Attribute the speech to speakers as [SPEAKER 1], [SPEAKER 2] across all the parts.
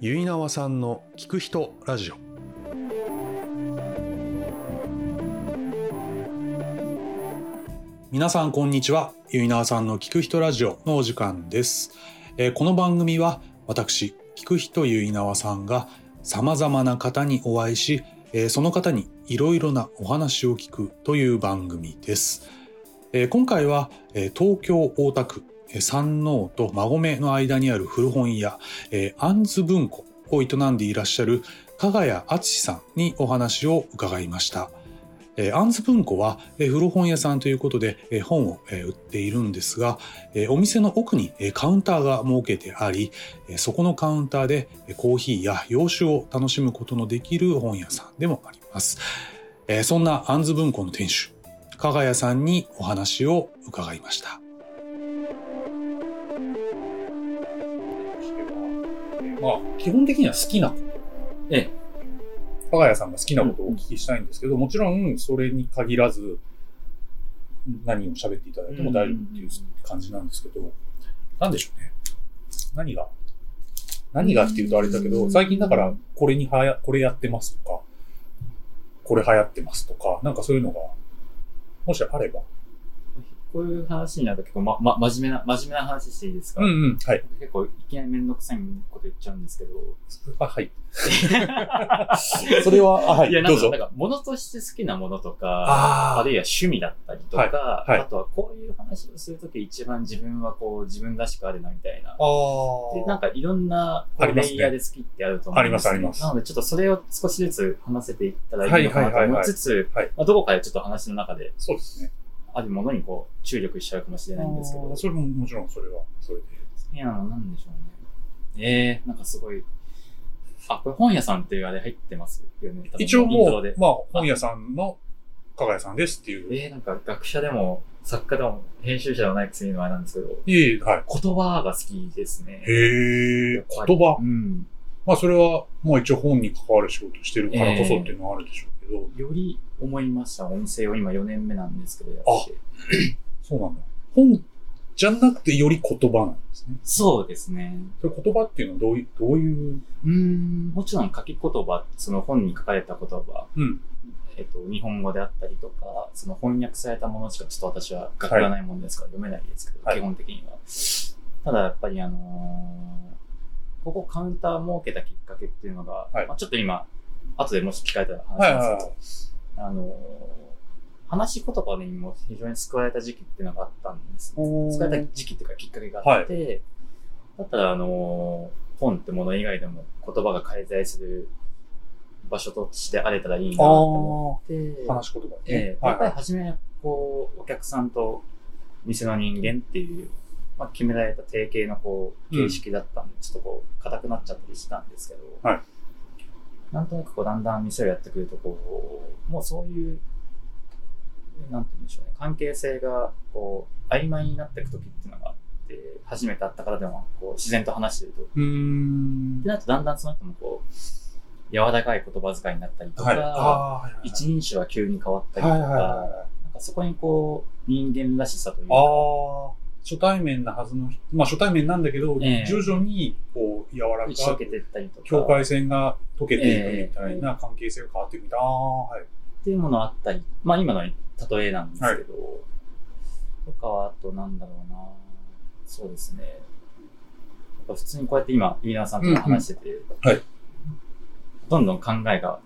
[SPEAKER 1] ゆいなわさんの聞く人ラジオ皆さんこんにちはゆいなわさんの聞く人ラジオのお時間です、えーこの番組は私聞く人ゆいなわさんがさまざまな方にお会いし、えーその方にいろいろなお話を聞くという番組です、えー今回は、えー東京大田区えー山王と馬込の間にある古本屋えー、アンズ文庫を営んでいらっしゃる加賀谷敦さんにお話を伺いました。えー、アンズ文庫は、えー古本屋さんということで、えー本を、えー売っているんですが、えーお店の奥に、えーカウンターが設けてあり、えーそこのカウンターでえーコーヒーや洋酒を楽しむことのできる本屋さんでもあります。えーそんなアンズ文庫の店主、加賀谷さんにお話を伺いました。まあ、基本的には好きな
[SPEAKER 2] ええ。
[SPEAKER 1] 加賀谷さんが好きなことをお聞きしたいんですけど、もちろんそれに限らず何を喋っていただいても大丈夫っていう感じなんですけど、なんでしょうね。何が何がっていうとあれだけど、最近だからこれにはや、これやってますとか、これ流行ってますとか、なんかそういうのが、もしあれば。
[SPEAKER 2] こういう話になると結構、ま、ま、真面目な、真面目な話していいですか、
[SPEAKER 1] うんうん、はい。
[SPEAKER 2] 結構、いきなりめんどくさいこと言っちゃうんですけど。
[SPEAKER 1] あ、はい。 それは、あはい、
[SPEAKER 2] や、な
[SPEAKER 1] ど
[SPEAKER 2] ん
[SPEAKER 1] う
[SPEAKER 2] か、
[SPEAKER 1] ぞ
[SPEAKER 2] な。んか、物として好きなものとか、あ
[SPEAKER 1] あ
[SPEAKER 2] るいは趣味だったりとか、
[SPEAKER 1] はいはい
[SPEAKER 2] あとはこういう話をするとき一番自分はこう、自分らしくあるなみたいな
[SPEAKER 1] あ。ー。
[SPEAKER 2] で、なんかいろんなこ
[SPEAKER 1] あ
[SPEAKER 2] う
[SPEAKER 1] ります
[SPEAKER 2] レ
[SPEAKER 1] ね
[SPEAKER 2] イヤーで好きってあると思うんです
[SPEAKER 1] ありますあります
[SPEAKER 2] なのでちょっとそれを少しずつ話せていったらいいのかなと思いつつ
[SPEAKER 1] はいはいはいはいはい、
[SPEAKER 2] まあどこかでちょっと話の中で
[SPEAKER 1] そうですね。
[SPEAKER 2] あるものにこう注力しちゃうかもしれないんですけ
[SPEAKER 1] あ
[SPEAKER 2] ど
[SPEAKER 1] ー、それももちろんそれは、それで。
[SPEAKER 2] いや、なんでしょうね。ええなんかすごい。あ、これ本屋さんっていうあれ入ってますよね。多分
[SPEAKER 1] 一応
[SPEAKER 2] イント
[SPEAKER 1] も
[SPEAKER 2] ロで
[SPEAKER 1] う、まあ、本屋さんの加賀屋さんですっていう。
[SPEAKER 2] ええなんか学者でも作家でも編集者でもないくせに言うのはあれなんですけど、
[SPEAKER 1] いえいえ、はい。
[SPEAKER 2] 言葉が好きですね。
[SPEAKER 1] へ
[SPEAKER 2] や
[SPEAKER 1] え
[SPEAKER 2] っ、ぱり
[SPEAKER 1] 言葉
[SPEAKER 2] う。ん。
[SPEAKER 1] まあ、それは、まあ一応本に関わる仕事してるからこそっていうのはあるでしょうけど、
[SPEAKER 2] より思いました。お店を今4年目なんですけど、やってて。
[SPEAKER 1] そうなんだ。本じゃなくてより言葉なんですね。
[SPEAKER 2] そうですね。
[SPEAKER 1] それ言葉っていうのはどういう、どういう、
[SPEAKER 2] うーん、もちろん書き言葉、その本に書かれた言葉、
[SPEAKER 1] うん。
[SPEAKER 2] えっと、日本語であったりとか、その翻訳されたものしかちょっと私は学がないもんですから読めないですけど、
[SPEAKER 1] はい
[SPEAKER 2] 基本的には。ただやっぱりあのーここカウンター設けたきっかけっていうのが、
[SPEAKER 1] はい
[SPEAKER 2] まあ、ちょっと今、後でもし聞かれたら話
[SPEAKER 1] はい
[SPEAKER 2] し
[SPEAKER 1] は
[SPEAKER 2] ま
[SPEAKER 1] い
[SPEAKER 2] すけど、
[SPEAKER 1] はい。
[SPEAKER 2] あのー話し言葉にも非常に救われた時期っていうのがあったんですね
[SPEAKER 1] おー
[SPEAKER 2] 使えた時期っていうかきっかけがあって、だったらあのー本ってもの以外でも言葉が介在する場所としてあれたらいいな
[SPEAKER 1] あ
[SPEAKER 2] と思って
[SPEAKER 1] ー、話し言葉ね。
[SPEAKER 2] ええ
[SPEAKER 1] は
[SPEAKER 2] や
[SPEAKER 1] い
[SPEAKER 2] っぱ
[SPEAKER 1] は
[SPEAKER 2] り
[SPEAKER 1] い。
[SPEAKER 2] 初めこうお客さんと店の人間っていう、まあ、決められた定型のこう
[SPEAKER 1] うん
[SPEAKER 2] 形式だったんで、ちょっとこう硬くなっちゃったりしたんですけど、
[SPEAKER 1] はい
[SPEAKER 2] なんとなくこうだんだん店をやってくるとこうもうそういうなんて言うんでしょうね関係性がこう曖昧になっていく時っていうのがあって初めて会ったからでもこう自然と話してると
[SPEAKER 1] うーん
[SPEAKER 2] で。なるとだんだんその人もこう柔らかい言葉遣いになったりとか、
[SPEAKER 1] はい。あーはいはい
[SPEAKER 2] 一人称が急に変わったり
[SPEAKER 1] は
[SPEAKER 2] と
[SPEAKER 1] い
[SPEAKER 2] か、
[SPEAKER 1] はいはいはい。
[SPEAKER 2] なんかそこにこう、人間らしさというか、
[SPEAKER 1] ああ、初対面なはずの人、まあ初対面なんだけど、
[SPEAKER 2] ええ
[SPEAKER 1] 徐々にこう柔ら
[SPEAKER 2] 打ち
[SPEAKER 1] か
[SPEAKER 2] 解け
[SPEAKER 1] く、
[SPEAKER 2] てったりとか、
[SPEAKER 1] 境界線が解けていくみたい
[SPEAKER 2] え
[SPEAKER 1] な関係性が変わっていくみたいな。ああ、はい。
[SPEAKER 2] っていうものあったり、まあ今のは例えなんですけど、とかはあとなんだろうな、そうですね。やっぱ普通にこうやって今、飯縄さんと話してて、
[SPEAKER 1] はい
[SPEAKER 2] どんどん考えが、思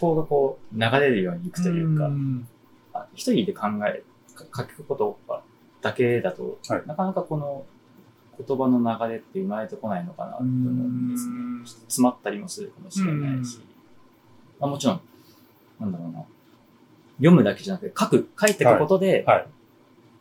[SPEAKER 2] 考がこう流れるようにいくというか、
[SPEAKER 1] ん
[SPEAKER 2] あ一人で考え、か書くことだけだと、
[SPEAKER 1] はい
[SPEAKER 2] なかなかこの言葉の流れって生まれてこないのかなと思うんですね。
[SPEAKER 1] うん
[SPEAKER 2] ちょっと詰まったりもするかもしれないし、まあ、もちろん、なんだろうな、読むだけじゃなくて、書く、書いていくことで、
[SPEAKER 1] はいはい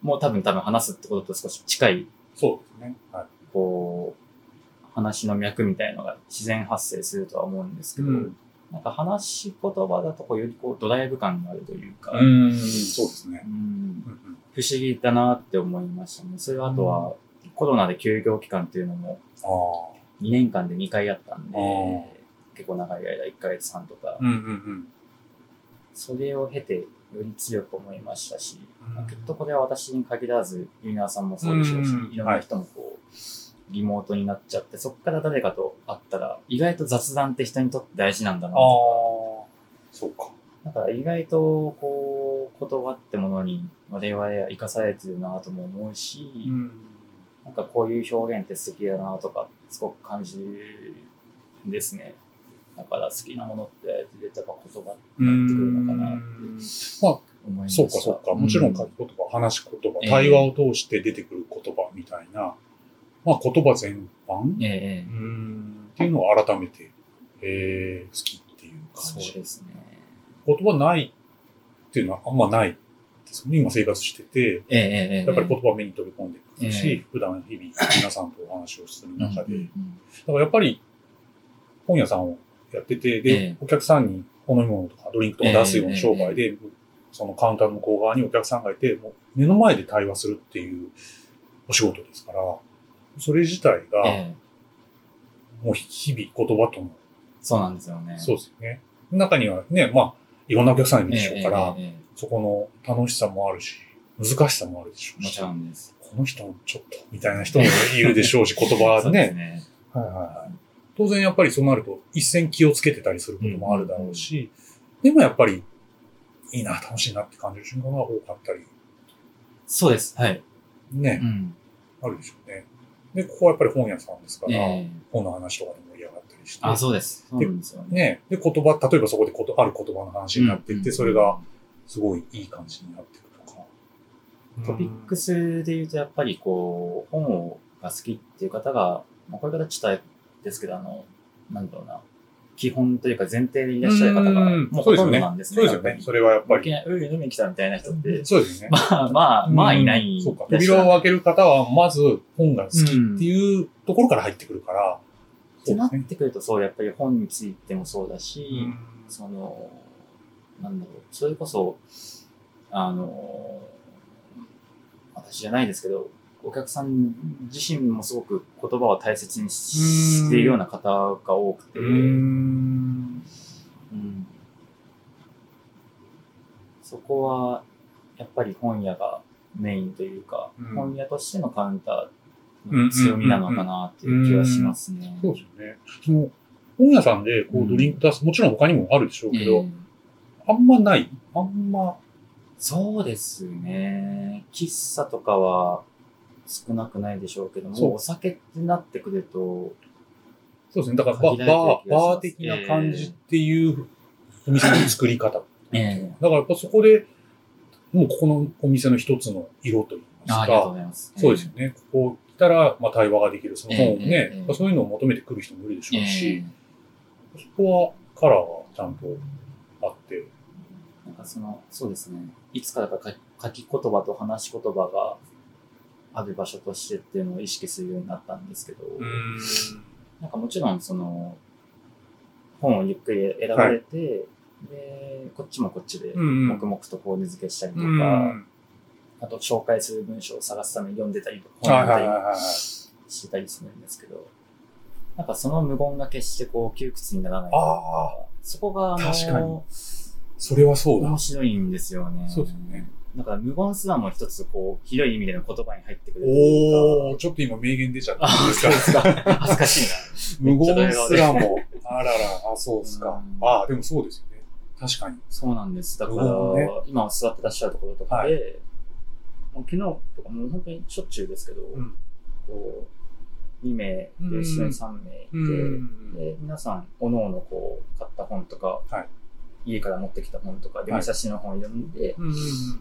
[SPEAKER 2] もう多分多分話すってことと少し近い、
[SPEAKER 1] そうですね。はい。
[SPEAKER 2] こう、話の脈みたいのが自然発生するとは思うんですけど、
[SPEAKER 1] うん
[SPEAKER 2] なんか話し言葉だとこうよりこうドライブ感があるというか、
[SPEAKER 1] うん、そうですね
[SPEAKER 2] う。
[SPEAKER 1] う
[SPEAKER 2] ん
[SPEAKER 1] んうん
[SPEAKER 2] 不思議だなって思いましたね。それはあとは、コロナで休業期間っていうのも
[SPEAKER 1] ああ。
[SPEAKER 2] 2年間で2回あったんで
[SPEAKER 1] あー、
[SPEAKER 2] 結構長い間、1ヶ月半とか、
[SPEAKER 1] うんうん
[SPEAKER 2] それを経てより強く思いましたし、
[SPEAKER 1] うん。
[SPEAKER 2] きっとこれは私に限らず、ユーナーさんもそうでしょうし
[SPEAKER 1] うん、
[SPEAKER 2] いろんな人もこう、リモートになっちゃって、そこから誰かと会ったら、意外と雑談って人にとって大事なんだな
[SPEAKER 1] ああ
[SPEAKER 2] と
[SPEAKER 1] そうか
[SPEAKER 2] か。だから意外と、こう、言葉ってものに、我々は生かされてるなとも思うし、
[SPEAKER 1] ん
[SPEAKER 2] なんかこういう表現って素敵だなとか、すごく感じですね。だから好きなものって、やっぱ言葉ってなってくるのかなって思いました。
[SPEAKER 1] そうかそうかもちろん書き言葉、話し言葉
[SPEAKER 2] ええ
[SPEAKER 1] 対話を通して出てくる言葉みたいな、まあ、言葉全般
[SPEAKER 2] ええええ
[SPEAKER 1] うんっていうのを改めて、えー好きっていう
[SPEAKER 2] そ
[SPEAKER 1] 感
[SPEAKER 2] う
[SPEAKER 1] じ。
[SPEAKER 2] ですね。
[SPEAKER 1] 言葉ないっていうのはあんまないですよね。今生活してて、
[SPEAKER 2] えええ
[SPEAKER 1] や
[SPEAKER 2] えええ
[SPEAKER 1] っぱり言葉を目に飛び込んでくる
[SPEAKER 2] え
[SPEAKER 1] し、普段日々皆さんとお話をする中で、だからやっぱり本屋さんをやってて、で、
[SPEAKER 2] ええ
[SPEAKER 1] お客さんにお飲み物とかドリンクとか出すような商売で、そのカウンターの向こう側にお客さんがいて、もう目の前で対話するっていうお仕事ですから、それ自体が、
[SPEAKER 2] ええ
[SPEAKER 1] もう日々言葉との、
[SPEAKER 2] そうなんですよね。
[SPEAKER 1] そう
[SPEAKER 2] う
[SPEAKER 1] ですよね。中にはね、まあ、いろんなお客さんいるでしょうから、
[SPEAKER 2] えええええ
[SPEAKER 1] そこの楽しさもあるし、難しさもあるでしょ
[SPEAKER 2] え
[SPEAKER 1] う
[SPEAKER 2] もち
[SPEAKER 1] し、
[SPEAKER 2] ろ
[SPEAKER 1] こ
[SPEAKER 2] んです。
[SPEAKER 1] の人もちょっと、みたいな人もいるでしょうし、言葉
[SPEAKER 2] そう
[SPEAKER 1] ね
[SPEAKER 2] です、ね。
[SPEAKER 1] はいはいはい。当然やっぱりそうなると一線気をつけてたりすることもあるだろうし、でもやっぱりいいな、楽しいなって感じる瞬間が多かったり、
[SPEAKER 2] そうです。はい。う
[SPEAKER 1] ね、
[SPEAKER 2] ん。
[SPEAKER 1] あるでしょうね。で、ここはやっぱり本屋さんですか
[SPEAKER 2] え
[SPEAKER 1] ら、
[SPEAKER 2] え
[SPEAKER 1] 本の話とかで盛り上がったりして、
[SPEAKER 2] あ、そうです。そうなんですよね。
[SPEAKER 1] ね、で、言葉、例えばそこでことある言葉の話になっていって、
[SPEAKER 2] うん
[SPEAKER 1] それがすごいいい感じになっていくとか。
[SPEAKER 2] トピックスで言うと、やっぱりこう、本をが好きっていう方が、まあ、こういう方ちょっとですけど、あの、なんだろうな、基本というか前提でいらっしゃる方が、
[SPEAKER 1] うん
[SPEAKER 2] もう
[SPEAKER 1] そうで
[SPEAKER 2] ほ
[SPEAKER 1] すよ
[SPEAKER 2] とんど
[SPEAKER 1] ね
[SPEAKER 2] なんです
[SPEAKER 1] そ
[SPEAKER 2] ね。
[SPEAKER 1] うですよね。それはやっぱ
[SPEAKER 2] やっぱり。
[SPEAKER 1] り。
[SPEAKER 2] いきなり、うん、飲みに来たみたいな人って、
[SPEAKER 1] そうですよね。
[SPEAKER 2] まあまあ、まあいない、
[SPEAKER 1] そうか。扉を開ける方は、まず本が好きっていうところから入ってくるから。
[SPEAKER 2] ってなっ
[SPEAKER 1] そうですね
[SPEAKER 2] てくると、そう、やっぱり本についてもそうだし、その、なんだろう、それこそ、あの、私じゃないですけど、お客さん自身もすごく言葉を大切に
[SPEAKER 1] うん
[SPEAKER 2] しているような方が多くて、
[SPEAKER 1] うーん。
[SPEAKER 2] うんそこは、やっぱり本屋がメインというか、
[SPEAKER 1] うん
[SPEAKER 2] 本屋としてのカウンターの強みなのかなっていう気はしますね。
[SPEAKER 1] そうですよね。その、本屋さんでこう
[SPEAKER 2] う
[SPEAKER 1] んドリンク出す、もちろん他にもあるでしょうけ
[SPEAKER 2] う
[SPEAKER 1] ど、
[SPEAKER 2] ん
[SPEAKER 1] あんまない。あんま、
[SPEAKER 2] そうですね。喫茶とかは少なくないでしょうけど
[SPEAKER 1] そう
[SPEAKER 2] も、お酒ってなってくると、
[SPEAKER 1] そうですね。だからバ
[SPEAKER 2] 限られ
[SPEAKER 1] バ
[SPEAKER 2] て
[SPEAKER 1] ー、
[SPEAKER 2] る気がしま
[SPEAKER 1] バー
[SPEAKER 2] す
[SPEAKER 1] 的な感じっていうお店の作り方。
[SPEAKER 2] ええ
[SPEAKER 1] だからやっぱそこで、もうここのお店の一つの色といいますか。
[SPEAKER 2] あありがとうございます。
[SPEAKER 1] そうですよね。ここ来たら、まあ、対話ができる、その本をね、
[SPEAKER 2] ええええええ
[SPEAKER 1] そういうのを求めてくる人もいるでし
[SPEAKER 2] え
[SPEAKER 1] ょ
[SPEAKER 2] え
[SPEAKER 1] うし、そこはカラーがちゃんとあって、
[SPEAKER 2] なんかその、そうですね。いつからか書き書き言葉と話し言葉がある場所としてっていうのを意識するようになったんですけど、なんかもちろんその、本をゆっくり選ばれて、で、こっちもこっちで、
[SPEAKER 1] ん
[SPEAKER 2] 黙々とこう根付けしたりとか、あと紹介する文章を探すために読んでたりとか、
[SPEAKER 1] はい
[SPEAKER 2] 本を
[SPEAKER 1] はいはい
[SPEAKER 2] 読んだ
[SPEAKER 1] はい。
[SPEAKER 2] りしてたりするんですけど、なんかその無言が決してこう窮屈にならない。
[SPEAKER 1] ああ、
[SPEAKER 2] そこが、あの、
[SPEAKER 1] 確かにそれはそうだ
[SPEAKER 2] 面。白いんですよね。
[SPEAKER 1] そうですよね。
[SPEAKER 2] だから無言すらも一つこう、広い意味での言葉に入ってくるというか。
[SPEAKER 1] おー、ちょっと今名言出ちゃった
[SPEAKER 2] あ
[SPEAKER 1] ん
[SPEAKER 2] あ、
[SPEAKER 1] です
[SPEAKER 2] そ
[SPEAKER 1] か
[SPEAKER 2] うで。すか。恥ずかしいな。
[SPEAKER 1] 無言すらも。あらら、あ、そうです
[SPEAKER 2] う
[SPEAKER 1] か
[SPEAKER 2] ん。
[SPEAKER 1] ああ、でもそうですよね。確かに。
[SPEAKER 2] そうなんです。だから、
[SPEAKER 1] 無言ね
[SPEAKER 2] 今座ってらっしゃるところとかで、もう昨日とかもう本当にしょっちゅうですけど、
[SPEAKER 1] ん
[SPEAKER 2] こう、2名で、後ろに3名いて、で皆さん、おのおのこう買った本とか、
[SPEAKER 1] はい
[SPEAKER 2] 家から持ってきた本とか、で、
[SPEAKER 1] はい
[SPEAKER 2] 武蔵野の本読んで、
[SPEAKER 1] うん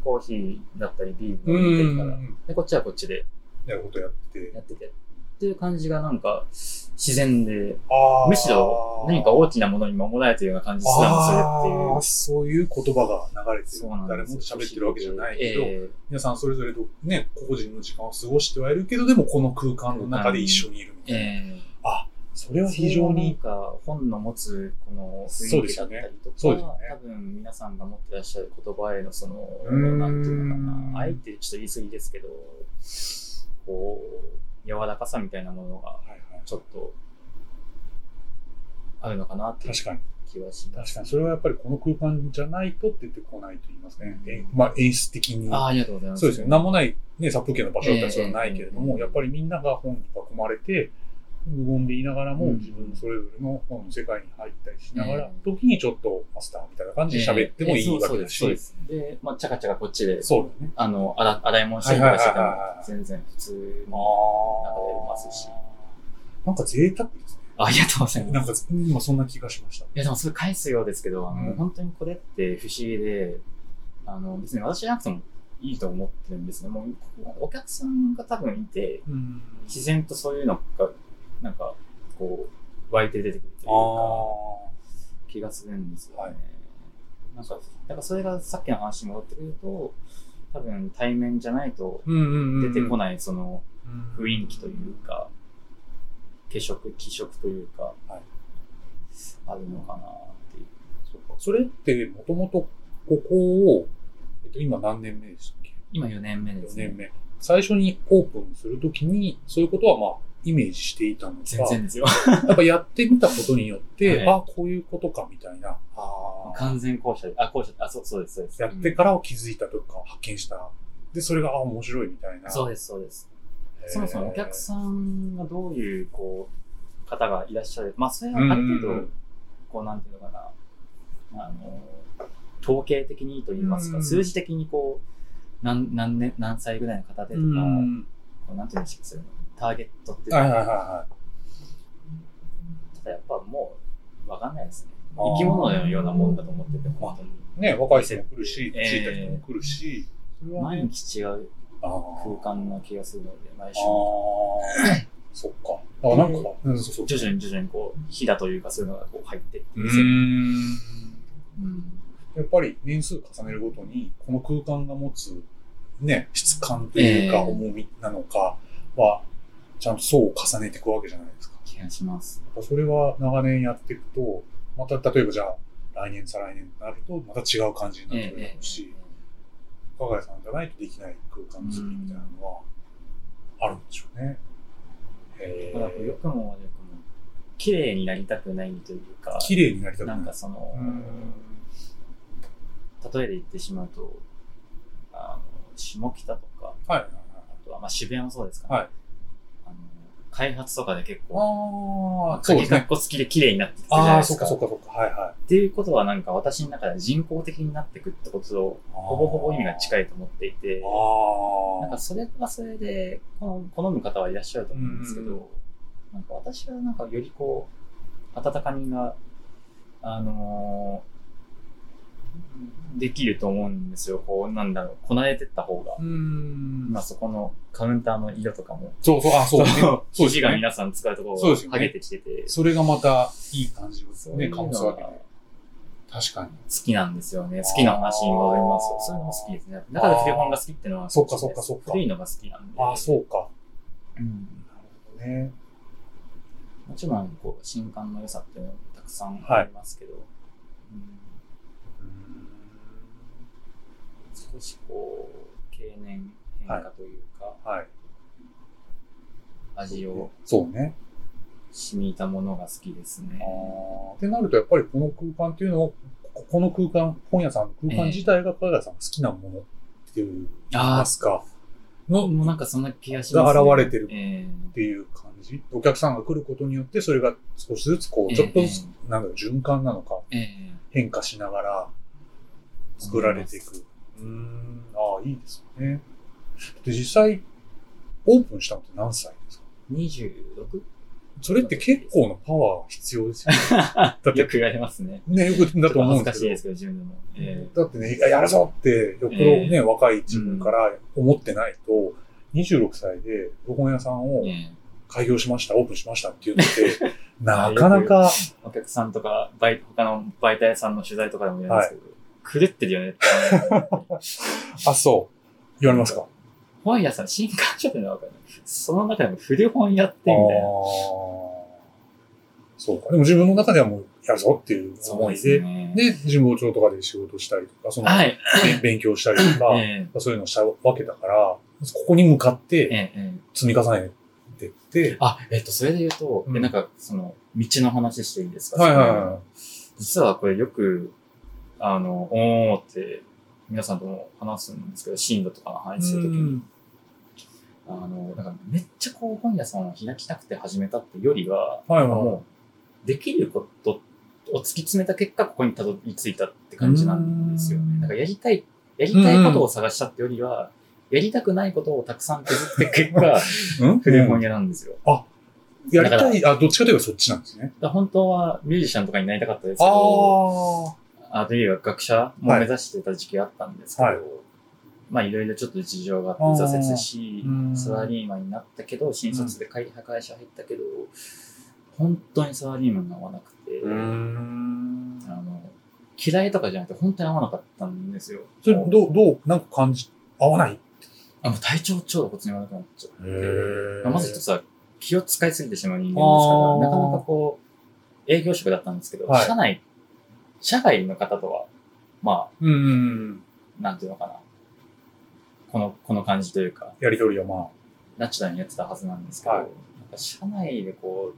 [SPEAKER 2] コーヒーだったりビー
[SPEAKER 1] う
[SPEAKER 2] ル飲んで
[SPEAKER 1] ん
[SPEAKER 2] か
[SPEAKER 1] う
[SPEAKER 2] ら、
[SPEAKER 1] ん。
[SPEAKER 2] で、こっちはこっちで
[SPEAKER 1] やることやってて。
[SPEAKER 2] やってて、っていう感じがなんか自然で、
[SPEAKER 1] あー
[SPEAKER 2] むしろ何か大きなものに守られてるような感じすらもするってい
[SPEAKER 1] あ
[SPEAKER 2] う
[SPEAKER 1] ー。そういう言葉が流れてる
[SPEAKER 2] そうなん。
[SPEAKER 1] 誰
[SPEAKER 2] で
[SPEAKER 1] も
[SPEAKER 2] す
[SPEAKER 1] 喋ってるわけじゃないけど、
[SPEAKER 2] え
[SPEAKER 1] 皆さんそれぞれとね、個々人の時間を過ごしてはいるけど、でもこの空間の中で一緒にいるみ
[SPEAKER 2] え
[SPEAKER 1] たいな。
[SPEAKER 2] ええ
[SPEAKER 1] それは非常に、
[SPEAKER 2] それはなんか本の持つこの
[SPEAKER 1] そう
[SPEAKER 2] 雰囲
[SPEAKER 1] で
[SPEAKER 2] 気
[SPEAKER 1] す
[SPEAKER 2] だ
[SPEAKER 1] よ
[SPEAKER 2] った
[SPEAKER 1] ね
[SPEAKER 2] りとか、
[SPEAKER 1] そうですよね
[SPEAKER 2] 多分皆さんが持ってらっしゃる言葉へのその
[SPEAKER 1] うーん
[SPEAKER 2] なんていうのかなあえてちょっと言い過ぎですけどこう柔らかさみたいなものが
[SPEAKER 1] はいはい
[SPEAKER 2] ちょっとあるのかなっていう
[SPEAKER 1] 確かに。
[SPEAKER 2] 気はしま
[SPEAKER 1] 確
[SPEAKER 2] す。
[SPEAKER 1] かに、それはやっぱりこの空間じゃないと出てこないと言いますね。えまあ、演出的に。
[SPEAKER 2] ああ、ありがとうございます。
[SPEAKER 1] そうですね。なんもない、ね、殺風景の場所だったりするのはないけれども、
[SPEAKER 2] ええ
[SPEAKER 1] やっぱりみんなが本に囲まれて、無言でいながらも、
[SPEAKER 2] うん
[SPEAKER 1] 自分それぞれの本の世界に入ったりしながら、
[SPEAKER 2] ええ
[SPEAKER 1] 時にちょっとマスターみたいな感じで喋ってもいいわけだし、
[SPEAKER 2] そうです。そうですで、まあ、ちゃかちゃかこっちで、
[SPEAKER 1] そうだね。
[SPEAKER 2] あの、洗洗い物したりとかしてて
[SPEAKER 1] はいはい
[SPEAKER 2] も
[SPEAKER 1] はいはい、
[SPEAKER 2] 全然普通
[SPEAKER 1] あ
[SPEAKER 2] の中でますし。
[SPEAKER 1] ーなんか贅沢です
[SPEAKER 2] あありがとうござい
[SPEAKER 1] ね。
[SPEAKER 2] ます。
[SPEAKER 1] なんか、今そんな気がしました。
[SPEAKER 2] いや、でもそれ返すようですけど、あ
[SPEAKER 1] う
[SPEAKER 2] の、
[SPEAKER 1] ん
[SPEAKER 2] 本当にこれって不思議で、あの、別に私じゃなくてもいいと思ってるんですね。もう、お客さんが多分いて、
[SPEAKER 1] うん。
[SPEAKER 2] 自然とそういうのが、なんか、こう、湧いて出てくるという
[SPEAKER 1] あ
[SPEAKER 2] か、
[SPEAKER 1] あ。
[SPEAKER 2] 気がするんですよね。
[SPEAKER 1] はい
[SPEAKER 2] なんか、なんかそれがさっきの話に戻ってくると、多分対面じゃないと
[SPEAKER 1] うんうんうん。
[SPEAKER 2] 出てこ
[SPEAKER 1] い
[SPEAKER 2] ない、その、雰囲気というか、気色、気色というか、
[SPEAKER 1] はい
[SPEAKER 2] あるのかなっていう。
[SPEAKER 1] そうかそれって、もともとここを、えっと、今何年目でしたっけ
[SPEAKER 2] 今4年目で
[SPEAKER 1] 4
[SPEAKER 2] すね。
[SPEAKER 1] 年目。最初にオープンするときに、そういうことはまあ、イメージしていたの
[SPEAKER 2] 全
[SPEAKER 1] か、
[SPEAKER 2] 然ですよ。
[SPEAKER 1] やっぱやってみたことによって、
[SPEAKER 2] はい
[SPEAKER 1] あこういうことかみたいな、あー
[SPEAKER 2] 完全校舎で、あ、校舎、あ、そうそうです、そうです。
[SPEAKER 1] やってからを気づいたというか、発見した。で、それが、あ面白いみたいな。
[SPEAKER 2] そうです、そうです。
[SPEAKER 1] へー
[SPEAKER 2] そもそもお客さんがどういう、こう、方がいらっしゃる。まあ、それはある程
[SPEAKER 1] うんうんう
[SPEAKER 2] 度
[SPEAKER 1] ん、
[SPEAKER 2] こう、なんていうのかな、あの、統計的にと言います
[SPEAKER 1] う
[SPEAKER 2] か、
[SPEAKER 1] ん
[SPEAKER 2] 数字的にこう、何、何年、何歳ぐらいの方でとか、
[SPEAKER 1] うん。
[SPEAKER 2] こうなんていうんですか、そういうのターゲットっていう
[SPEAKER 1] はい
[SPEAKER 2] か
[SPEAKER 1] はいはいはい。
[SPEAKER 2] ただやっぱもう、わかんないですね。
[SPEAKER 1] あー
[SPEAKER 2] 生き物のようなもんだと思ってて、本当に。
[SPEAKER 1] ね、若い人も来るし、
[SPEAKER 2] えー
[SPEAKER 1] 知った人も来るし、それは
[SPEAKER 2] 毎
[SPEAKER 1] ね、
[SPEAKER 2] 日違う
[SPEAKER 1] あ
[SPEAKER 2] 空
[SPEAKER 1] ー
[SPEAKER 2] 間な気がするので、毎週。
[SPEAKER 1] あー、そっか。あ、なんか、うん、そうそう。
[SPEAKER 2] 徐々に徐々にこう、火だというか、そういうのがこう入ってって
[SPEAKER 1] う
[SPEAKER 2] るんですよ
[SPEAKER 1] ん。
[SPEAKER 2] うん
[SPEAKER 1] やっぱり年数重ねるごとに、この空間が持つ、ね、質感というか、
[SPEAKER 2] ええ
[SPEAKER 1] 重みなのかは、ちゃんと層を重ねていくわけじゃないですか。
[SPEAKER 2] 気がします。
[SPEAKER 1] やっぱそれは長年やっていくと、また例えばじゃあ、来年再来年になると、また違う感じになってくるだろうし、加賀谷さんじゃないとできない空間作りみたいなのは、あるんでしょうね。
[SPEAKER 2] え
[SPEAKER 1] へ
[SPEAKER 2] えだからこう良くも悪くも、綺麗になりたくないというか、
[SPEAKER 1] 綺麗になりたくな。
[SPEAKER 2] ないんかその、
[SPEAKER 1] うん
[SPEAKER 2] 例えで言ってしまうと、あの、下北とか、
[SPEAKER 1] はいはいはい。
[SPEAKER 2] あとは、まあ、渋谷もそうですかね。
[SPEAKER 1] はい
[SPEAKER 2] あの、開発とかで結構、
[SPEAKER 1] ああ、そうで
[SPEAKER 2] 鍵
[SPEAKER 1] す
[SPEAKER 2] かっ
[SPEAKER 1] ね。
[SPEAKER 2] こ付きで綺麗になってきてるじゃない
[SPEAKER 1] ああ、
[SPEAKER 2] で
[SPEAKER 1] そっ
[SPEAKER 2] す
[SPEAKER 1] か
[SPEAKER 2] か。
[SPEAKER 1] そっかそっか。はいはい。
[SPEAKER 2] っていうことはなんか私の中では人工的になってくってことと、ほぼほぼ意味が
[SPEAKER 1] い。
[SPEAKER 2] 近いと思っていて、
[SPEAKER 1] ああ。
[SPEAKER 2] なんかそれはそれで好好む方はいらっしゃると思うんですけ
[SPEAKER 1] うんうん
[SPEAKER 2] ど、なんか私はなんかよりこう、温かみが、あのーできると思うんですよ。こう、なんだろう、こなれてった方が。
[SPEAKER 1] うーん
[SPEAKER 2] まあそこのカウンターの色とかも、
[SPEAKER 1] そうそう、あ、そうね。そうです
[SPEAKER 2] 生地が
[SPEAKER 1] ね。
[SPEAKER 2] 皆さん使うとこ
[SPEAKER 1] そうで
[SPEAKER 2] ろ
[SPEAKER 1] すよね
[SPEAKER 2] が剥げてきてて、
[SPEAKER 1] それがまたいい感じ
[SPEAKER 2] そ
[SPEAKER 1] を
[SPEAKER 2] うい
[SPEAKER 1] ね、
[SPEAKER 2] う
[SPEAKER 1] か
[SPEAKER 2] の
[SPEAKER 1] もすわけ
[SPEAKER 2] が
[SPEAKER 1] で。確かに。
[SPEAKER 2] 好きなんですよね。好きな話に戻りますよ。そういうのも好きですね。だから古本が好きってのは、
[SPEAKER 1] そっかそっかそっか
[SPEAKER 2] 古いのが好きなんで。
[SPEAKER 1] ああ、そうか。
[SPEAKER 2] うん。
[SPEAKER 1] なるほどね。
[SPEAKER 2] もちろん、こう、新刊の良さっていうのもたくさんありますけど、うん
[SPEAKER 1] うーん
[SPEAKER 2] 少しこう、経年変化というか、
[SPEAKER 1] はい。
[SPEAKER 2] 味を
[SPEAKER 1] そうね。
[SPEAKER 2] 染みたものが好きですね
[SPEAKER 1] あ。あ。ってなると、やっぱりこの空間っていうのを、ここの空間、本屋さんの空間自体が、加賀谷さんが好きなものっていう、
[SPEAKER 2] あ
[SPEAKER 1] ますか。
[SPEAKER 2] あ、
[SPEAKER 1] の、
[SPEAKER 2] もうなんかそんな気がします、
[SPEAKER 1] が現れてる
[SPEAKER 2] え
[SPEAKER 1] っていう感じ。お客さんが来ることによって、それが少しずつ、こ
[SPEAKER 2] え
[SPEAKER 1] う、
[SPEAKER 2] え
[SPEAKER 1] ちょっとずつ、なんだろう、循環なのか、
[SPEAKER 2] ええ
[SPEAKER 1] 変化しながら作られていく。うーん、ああ、いいですよね。で、実際、オープンしたのって何歳ですか
[SPEAKER 2] え 26?
[SPEAKER 1] それって結構なパワー必要ですよね。 だって
[SPEAKER 2] よく言われますね。
[SPEAKER 1] ね、よくだと思うんで
[SPEAKER 2] 恥ずか
[SPEAKER 1] す
[SPEAKER 2] しいで
[SPEAKER 1] け
[SPEAKER 2] すけど、自分でも。ええ
[SPEAKER 1] ど。だってね、やるぞって、よっぽどね、
[SPEAKER 2] ええ
[SPEAKER 1] 若い自分から思ってないと、26歳で古本屋さんを
[SPEAKER 2] ええ
[SPEAKER 1] 開業しました、オープンしましたっていうの って、なかなか、
[SPEAKER 2] お客さんとか、バイ他の媒体さんの取材とかでも言うんですけど、狂ってるよねって。
[SPEAKER 1] あ、そう。言われますか
[SPEAKER 2] 本屋さん、新刊書ってのは分かる。その中でも古本やってみたい
[SPEAKER 1] あ
[SPEAKER 2] な。
[SPEAKER 1] ーそうか。でも自分の中ではもうやるぞっていう思いで、で
[SPEAKER 2] ね
[SPEAKER 1] 神保町とかで仕事したりとか、その、
[SPEAKER 2] はい。
[SPEAKER 1] 勉勉強したりとか、
[SPEAKER 2] え
[SPEAKER 1] そういうのをしたわけだから、ここに向かっ
[SPEAKER 2] ええ
[SPEAKER 1] て
[SPEAKER 2] えええ
[SPEAKER 1] 積み重ねてって、
[SPEAKER 2] あ、えっと、それで言うと、
[SPEAKER 1] うん
[SPEAKER 2] えなんか、その、道の話していいですか
[SPEAKER 1] はいはいは
[SPEAKER 2] 実はこれよく、あの、おーって皆さんとも話すんですけど、進路とかの話するときに、あの、なんかめっちゃこう本屋さんを開きたくて始めたってよりは、
[SPEAKER 1] はいはい。
[SPEAKER 2] もう、できることを突き詰めた結果、ここにたどり着いたって感じなんですよ
[SPEAKER 1] う
[SPEAKER 2] ね。
[SPEAKER 1] ん
[SPEAKER 2] なんかやりたい、やりたいことを探したってよりは、やりたくないことをたくさん削って結果、
[SPEAKER 1] うん
[SPEAKER 2] 古本屋なんですよ。
[SPEAKER 1] やりたい、あ、どっちかといえばそっちなんですね。
[SPEAKER 2] だから本当はミュージシャンとかになりたかったですけど、
[SPEAKER 1] あ
[SPEAKER 2] あという学者も目指してた時期があったんですけど、
[SPEAKER 1] はい
[SPEAKER 2] まあいろいろちょっと事情があって挫折し
[SPEAKER 1] あーう、ん
[SPEAKER 2] サラリーマンになったけど、新卒で会会社入ったけど、本当にサラリーマンが合わなくて、
[SPEAKER 1] ーん
[SPEAKER 2] あの嫌いとかじゃなくて本当に合わなかったんですよ。
[SPEAKER 1] それ、
[SPEAKER 2] もう
[SPEAKER 1] どう、どう、なんか感じ、合わない
[SPEAKER 2] あの体調超骨に悪くなっちゃって、
[SPEAKER 1] ま
[SPEAKER 2] まず一つは気を使いすぎてしまう人間ですか
[SPEAKER 1] あー
[SPEAKER 2] ら、なかなかこう、営業職だったんですけど、
[SPEAKER 1] はい
[SPEAKER 2] 社内、社外の方とは、まあ、
[SPEAKER 1] うんうん。
[SPEAKER 2] なんていうのかな。この、この感じというか、
[SPEAKER 1] やりとりはま
[SPEAKER 2] ナチュラルにやってたはずなんですけど、
[SPEAKER 1] はい
[SPEAKER 2] なんか社内でこ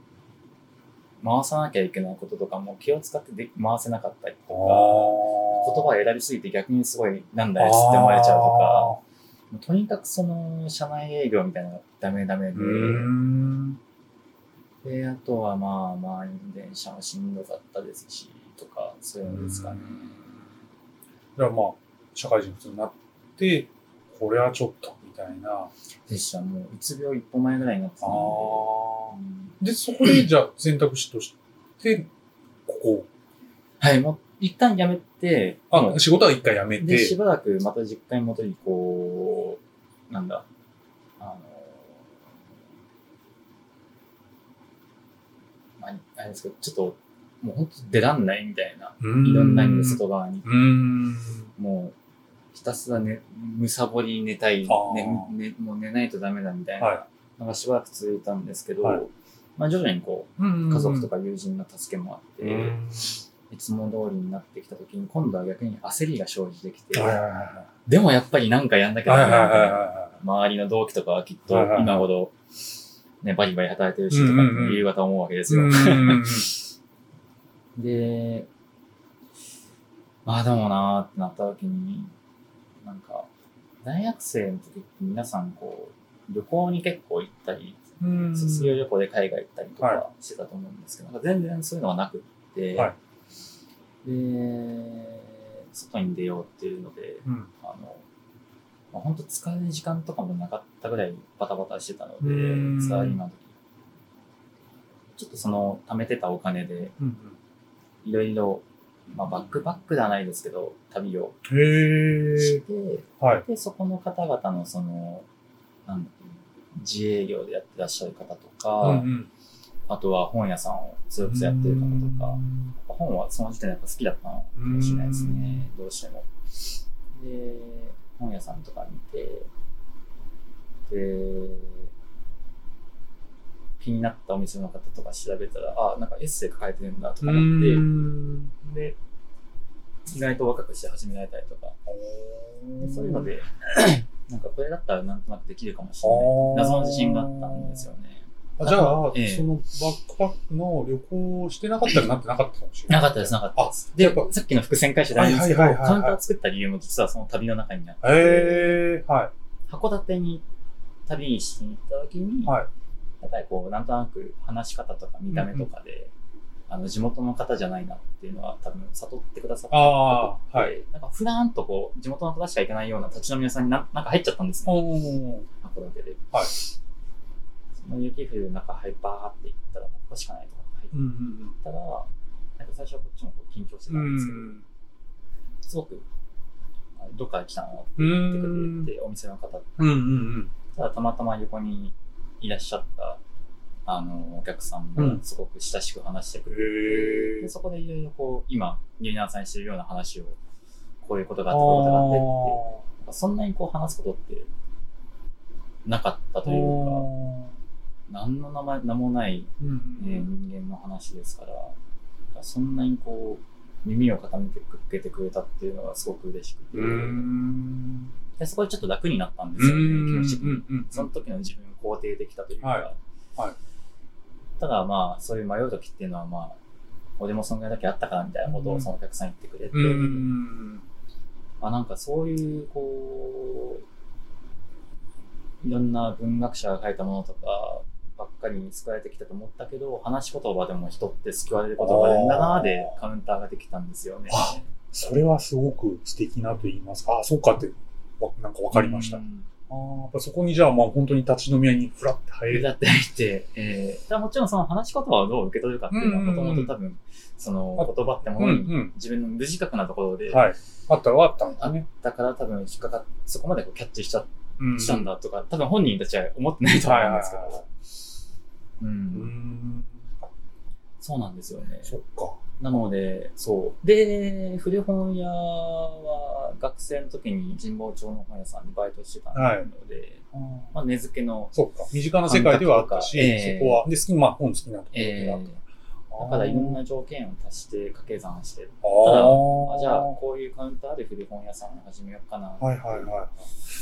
[SPEAKER 2] う、回さなきゃいけないこととかも気を使ってで回せなかったりと
[SPEAKER 1] あ。
[SPEAKER 2] か、言葉を選びすぎて逆にすごい、なんだよ、つって思われちゃうとか、もうとにかくその、社内営業みたいなのがダメダメ
[SPEAKER 1] うーん。
[SPEAKER 2] で、で、あとはまあ、満員電車もしんどかったですし、とか、そういうのですかね。
[SPEAKER 1] だからまあ、社会人普通になって、これはちょっと、みたいな。
[SPEAKER 2] でした、もう、うつ病一歩前ぐらいになってたんで、うん
[SPEAKER 1] で、そこで、じゃあ選択肢として、ここ。
[SPEAKER 2] はい、もう、一旦やめて、も
[SPEAKER 1] あ
[SPEAKER 2] う、
[SPEAKER 1] 仕事は一回やめ。
[SPEAKER 2] で、してばらくまた実家に戻り、こう、なんだ、あの、まあ、あれですけど、ちょっと、もう本当出らんないみたいな、
[SPEAKER 1] いろ
[SPEAKER 2] いろんな意味で外側に、
[SPEAKER 1] うーん。
[SPEAKER 2] もう、ひたすらね、むさぼり寝たい、
[SPEAKER 1] あー
[SPEAKER 2] ねね、もう寝ないとダメだみたいな、
[SPEAKER 1] は
[SPEAKER 2] のがしばらく続いたんですけど、
[SPEAKER 1] はい
[SPEAKER 2] まあ徐々にこ
[SPEAKER 1] い。
[SPEAKER 2] う、
[SPEAKER 1] 家
[SPEAKER 2] 家族と
[SPEAKER 1] か
[SPEAKER 2] か友人の助けもあって、
[SPEAKER 1] で、
[SPEAKER 2] いつも通りになってきた時に、今度は逆に焦りが生じてきて、
[SPEAKER 1] はいはいは
[SPEAKER 2] でもやっぱりなんかやんなき
[SPEAKER 1] い
[SPEAKER 2] ゃ
[SPEAKER 1] はい
[SPEAKER 2] ダ
[SPEAKER 1] はい
[SPEAKER 2] メ
[SPEAKER 1] はい
[SPEAKER 2] だみたいな。
[SPEAKER 1] は
[SPEAKER 2] 周りの同期とかはきっと
[SPEAKER 1] はいはいはい
[SPEAKER 2] 今頃、ね、バリバリ働いてるし
[SPEAKER 1] うん
[SPEAKER 2] と
[SPEAKER 1] う
[SPEAKER 2] か
[SPEAKER 1] んうん
[SPEAKER 2] 夕方思うわけです
[SPEAKER 1] い。
[SPEAKER 2] よ。
[SPEAKER 1] うーん
[SPEAKER 2] で、まあでもなーってなった時に、なんか、大学生の時って皆さんこう、旅行に結構行ったり、
[SPEAKER 1] うん
[SPEAKER 2] 卒業旅行で海外行ったりと
[SPEAKER 1] は
[SPEAKER 2] かしてたと思うんですけど、なんか全然そういうのはなくって、
[SPEAKER 1] は
[SPEAKER 2] で、外に出ようっていうので、
[SPEAKER 1] うん
[SPEAKER 2] あの、まあ、本当使う時間とかもなかったぐらいバタバタしてたの
[SPEAKER 1] うん
[SPEAKER 2] で、サラリーマンの時。ちょっとその貯めてたお金で、
[SPEAKER 1] うん
[SPEAKER 2] いろいろ、まあバックバックではないですけど、旅を
[SPEAKER 1] うんへ
[SPEAKER 2] し
[SPEAKER 1] え。
[SPEAKER 2] て、
[SPEAKER 1] はい。
[SPEAKER 2] で、そこの方々のその、なんだ自営業でやってらっしゃる方とか、
[SPEAKER 1] うん
[SPEAKER 2] あとは本屋さんを
[SPEAKER 1] う
[SPEAKER 2] 強
[SPEAKER 1] ん
[SPEAKER 2] くやってる方とか、本はその時点でやっぱ好きだったのかもしれないですね、どうしても。で、本屋さんとか見て、で、気になったお店の方とか調べたら、あ、なんかエッセイ書かれてるんだとか
[SPEAKER 1] う
[SPEAKER 2] 思って、
[SPEAKER 1] ん。
[SPEAKER 2] で、意外と若くして始められたりとか、でそういう ので、なんかこれだったらなんとなくできるかもしれない。謎の自信があったんですよね。
[SPEAKER 1] あじゃあ、
[SPEAKER 2] ええ
[SPEAKER 1] そのバックパックの旅行をしてなかったらなってなかったかもしれない。
[SPEAKER 2] なかったです、なかったです。
[SPEAKER 1] や
[SPEAKER 2] で
[SPEAKER 1] っぱ、
[SPEAKER 2] さっきの伏線回収であるんですけど、
[SPEAKER 1] は
[SPEAKER 2] カ
[SPEAKER 1] い
[SPEAKER 2] ウ
[SPEAKER 1] はいはいはいはい
[SPEAKER 2] ンター作った理由も実はその旅の中にあって、
[SPEAKER 1] へえ、は
[SPEAKER 2] 函館に旅にしに行った時に、
[SPEAKER 1] はい
[SPEAKER 2] やっぱりこう、なんとなく話し方とか見た目とかで、あの、地元の方じゃないなっていうのは多分悟ってくださっ
[SPEAKER 1] い。あ
[SPEAKER 2] た
[SPEAKER 1] あ、
[SPEAKER 2] で、
[SPEAKER 1] はい。
[SPEAKER 2] なんかふらんとこう、地元の方しか行けないような立ち飲み屋さんにななんか入っちゃったんですね、
[SPEAKER 1] おー
[SPEAKER 2] 函館で。
[SPEAKER 1] はい
[SPEAKER 2] その雪降る中、ハイパーって行ったら、もうここしかないとか入っ
[SPEAKER 1] うんうん
[SPEAKER 2] たら、なんか最初はこっちもこう緊張して
[SPEAKER 1] う
[SPEAKER 2] たんですけど、
[SPEAKER 1] ん。
[SPEAKER 2] すごく、あどっから来たの
[SPEAKER 1] う
[SPEAKER 2] って言
[SPEAKER 1] ん
[SPEAKER 2] ってくれて、お店の方、
[SPEAKER 1] うんうん
[SPEAKER 2] ただたまたま横にいらっしゃった、あの、お客さん
[SPEAKER 1] うん
[SPEAKER 2] もすごく親しく話してくれて、
[SPEAKER 1] へー
[SPEAKER 2] でそこでいろいろこう、今、ニューナーさんにしてるような話を、こういうことがあって、こういうことがあってってなんか、そんなにこう話すことって、なかったというか、何の名前、名もない、
[SPEAKER 1] うんうん
[SPEAKER 2] えー人間の話ですから、だからそんなにこう、耳を傾けてくれたっていうのがすごく嬉しくて、
[SPEAKER 1] うん
[SPEAKER 2] でそこでちょっと楽になったんですよね、気持ち的に。
[SPEAKER 1] うん
[SPEAKER 2] その時の自分を肯定できたというか、
[SPEAKER 1] はいはい
[SPEAKER 2] ただまあ、そういう迷う時っていうのはまあ、こうでもそのぐらいだけあったからみたいなことをそのお客さん言ってくれて、
[SPEAKER 1] うん。
[SPEAKER 2] まあ、なんかそういうこういろんな文学者が書いたものとかばっかりに救われてきたと思ったけど話し言葉でも人って救われる言葉なんだなーでカウンターができたんですよね。
[SPEAKER 1] あそれはすごく素敵なと言いますか、あ、そうかって、わなんかわかりました。
[SPEAKER 2] うん
[SPEAKER 1] ああ、やっぱそこにじゃあ、まあ本当に立ち飲み屋にフラッて入れ
[SPEAKER 2] だ
[SPEAKER 1] た。
[SPEAKER 2] っていて、えー、ただもちろんその話し言葉をどう受け取るかっていうのはもともと多分その言葉ってものに
[SPEAKER 1] ん
[SPEAKER 2] 自分の無自覚なところで、
[SPEAKER 1] はい。あったはあったんだ
[SPEAKER 2] あ
[SPEAKER 1] ね。
[SPEAKER 2] だから多分引っかかっそこまでこうキャッチしちゃっ
[SPEAKER 1] う
[SPEAKER 2] したんだとか、多分本人たちは思ってないと思うんですけ
[SPEAKER 1] はいはいはい
[SPEAKER 2] ど、う、
[SPEAKER 1] うんん。
[SPEAKER 2] そうなんですよね。
[SPEAKER 1] そっか。
[SPEAKER 2] なので、そう。で、古本屋は学生の時に神保町の本屋さんにバイトしてたので、まあ、根付けの、
[SPEAKER 1] そっか。身近な世界ではあったし、
[SPEAKER 2] 感覚とかええ
[SPEAKER 1] そこは、で、好き、まあ本好きなところ
[SPEAKER 2] え
[SPEAKER 1] であっ
[SPEAKER 2] ー
[SPEAKER 1] た。
[SPEAKER 2] だからいろん
[SPEAKER 1] あ
[SPEAKER 2] な条件を足して掛け算して、
[SPEAKER 1] ー
[SPEAKER 2] あじゃあこういうカウンターで古本屋さんを始めようかな。
[SPEAKER 1] はいはいはいは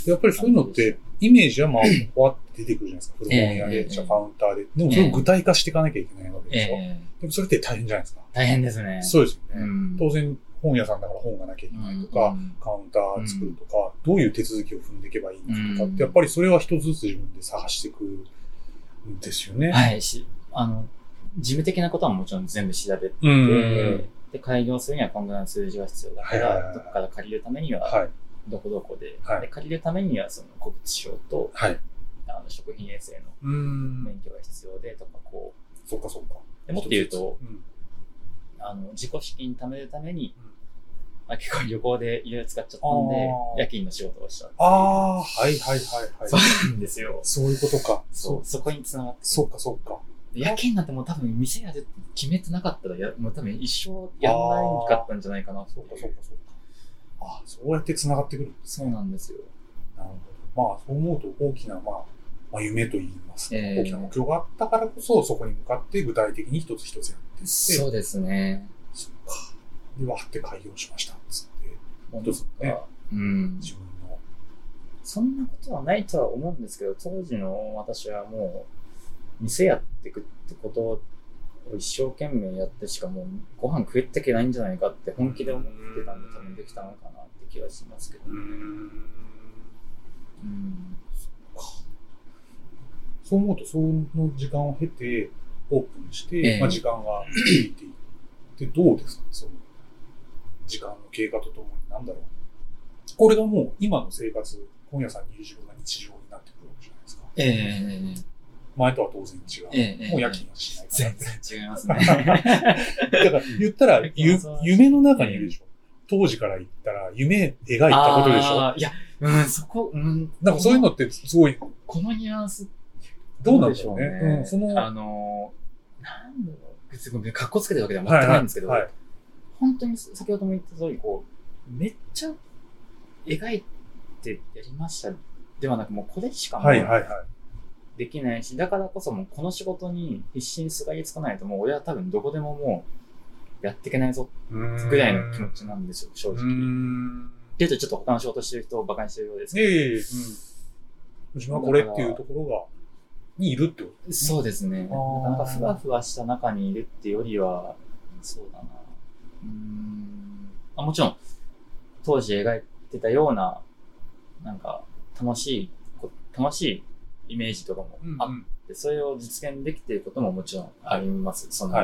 [SPEAKER 1] い。やっぱりそういうのって、イメージはまあ、わって出てくるじゃないですか。古本屋
[SPEAKER 2] え
[SPEAKER 1] で、
[SPEAKER 2] え
[SPEAKER 1] じゃあカウンターで。でもそれを具体化していかなきゃいけないわけでしょ。
[SPEAKER 2] え
[SPEAKER 1] でもそれって大変じゃないですか。
[SPEAKER 2] ー大変ですね。
[SPEAKER 1] そうですよ
[SPEAKER 2] う
[SPEAKER 1] ね。
[SPEAKER 2] ん
[SPEAKER 1] 当然、本屋さんだから本がなきゃいけないと
[SPEAKER 2] う
[SPEAKER 1] か、
[SPEAKER 2] ん
[SPEAKER 1] カウンター作るとか、どういう手続きを踏んでいけばいいのかとかっ
[SPEAKER 2] うん
[SPEAKER 1] て、やっぱりそれは一つずつ自分で探していくんですよね。
[SPEAKER 2] はい、し、あの、事務的なことはもちろん全部調べて、
[SPEAKER 1] うんうんうん
[SPEAKER 2] で、開業するにはこんぐらいの数字が必要だ
[SPEAKER 1] は
[SPEAKER 2] か
[SPEAKER 1] いはいはい
[SPEAKER 2] ら、どこから借りるためには、
[SPEAKER 1] はい。
[SPEAKER 2] どこどこで、
[SPEAKER 1] はい
[SPEAKER 2] で借りるためには、その、古物商と、
[SPEAKER 1] はい。
[SPEAKER 2] あの、食品衛生の
[SPEAKER 1] うーん。
[SPEAKER 2] 免許が必要で、とか、こう、
[SPEAKER 1] そっかそっか。
[SPEAKER 2] でもっと言うと、
[SPEAKER 1] 一つず
[SPEAKER 2] あの、自己資金貯めるために
[SPEAKER 1] うん、
[SPEAKER 2] まあ、結構旅行でいろいろ使っちゃったんで
[SPEAKER 1] あー、
[SPEAKER 2] 夜勤の仕事をした。
[SPEAKER 1] つ、ああー、はいはいはい
[SPEAKER 2] そう
[SPEAKER 1] はい。
[SPEAKER 2] なんですよ。
[SPEAKER 1] そういうことか。
[SPEAKER 2] そう、そこにつながって。
[SPEAKER 1] そうかそうか。
[SPEAKER 2] で夜勤なんてもう多分店やるって決めてなかったらや、もう多分一生やらないかったんじゃないかなってい
[SPEAKER 1] そうかそうかそうか。ああ、そうやって繋がってくる。
[SPEAKER 2] そうなんですよ。
[SPEAKER 1] なるほど。まあ、そう思うと大きな、まあ、まあ、夢と言いますか、
[SPEAKER 2] ええ
[SPEAKER 1] 大きな目標があったからこそ、そこに向かって具体的に一つ一つやっていって、
[SPEAKER 2] そうですね。
[SPEAKER 1] そっか。で、わーって開業しました。つって、
[SPEAKER 2] 本
[SPEAKER 1] 当ですね
[SPEAKER 2] うん。
[SPEAKER 1] 自分の。
[SPEAKER 2] そんなことはないとは思うんですけど、当時の私はもう、店やってくってことを一生懸命やってしかもうご飯食えってけないんじゃないかって本気で思ってたんで多分できたのかなって気がしますけど。
[SPEAKER 1] ん。
[SPEAKER 2] うん。
[SPEAKER 1] そう思うと、その時間を経て、オープンして、
[SPEAKER 2] ええ
[SPEAKER 1] まあ、時間がついていって、どうですかその、時間の経過とともに、なんだろう。これがもう、今の生活、本屋さんにいる自分が日常になってくるわけじゃないですか。
[SPEAKER 2] ええ
[SPEAKER 1] 前とは当然違う。
[SPEAKER 2] ええええ
[SPEAKER 1] もう夜勤はしないから。
[SPEAKER 2] 全然違いますね。
[SPEAKER 1] だから言ったら、ゆ
[SPEAKER 2] そう
[SPEAKER 1] 夢の中にいるでしょ。当時から言ったら、夢描いたことでしょ。
[SPEAKER 2] あーいや、うん、そこ、うん。
[SPEAKER 1] なんかそういうのってすごい、
[SPEAKER 2] このニュアンス、
[SPEAKER 1] どうなんでしょうね。
[SPEAKER 2] ど
[SPEAKER 1] うん、
[SPEAKER 2] でし
[SPEAKER 1] そ
[SPEAKER 2] ょう
[SPEAKER 1] の、
[SPEAKER 2] あのー、なんだろう。別にごめんかっこつけてるわけでは全くないんですけど、
[SPEAKER 1] はいはい
[SPEAKER 2] 本当に先ほども言った通り、こう、めっちゃ描いてやりましたではなく、もうこれしかも
[SPEAKER 1] はい、はい、はい。
[SPEAKER 2] できないし、だからこそもうこの仕事に必死にすがりつかないと、もう俺は多分どこでももうやっていけないぞぐらいの気持ちなんですよ、正
[SPEAKER 1] うー
[SPEAKER 2] 直。
[SPEAKER 1] ん。
[SPEAKER 2] で、ちょっと他の仕事してる人を馬鹿にしてるようですけ
[SPEAKER 1] ええ、うん。自分はこれっていうところが、にいるってこと。
[SPEAKER 2] ど。そうですね。
[SPEAKER 1] あー
[SPEAKER 2] なんかふわふわした中にいるってよりは、そうだな。うーん。あもちろん、当時描いてたような、なんか、楽しいこ、楽しいイメージとかもあって、それを実現できていることももちろんあります。その、、
[SPEAKER 1] は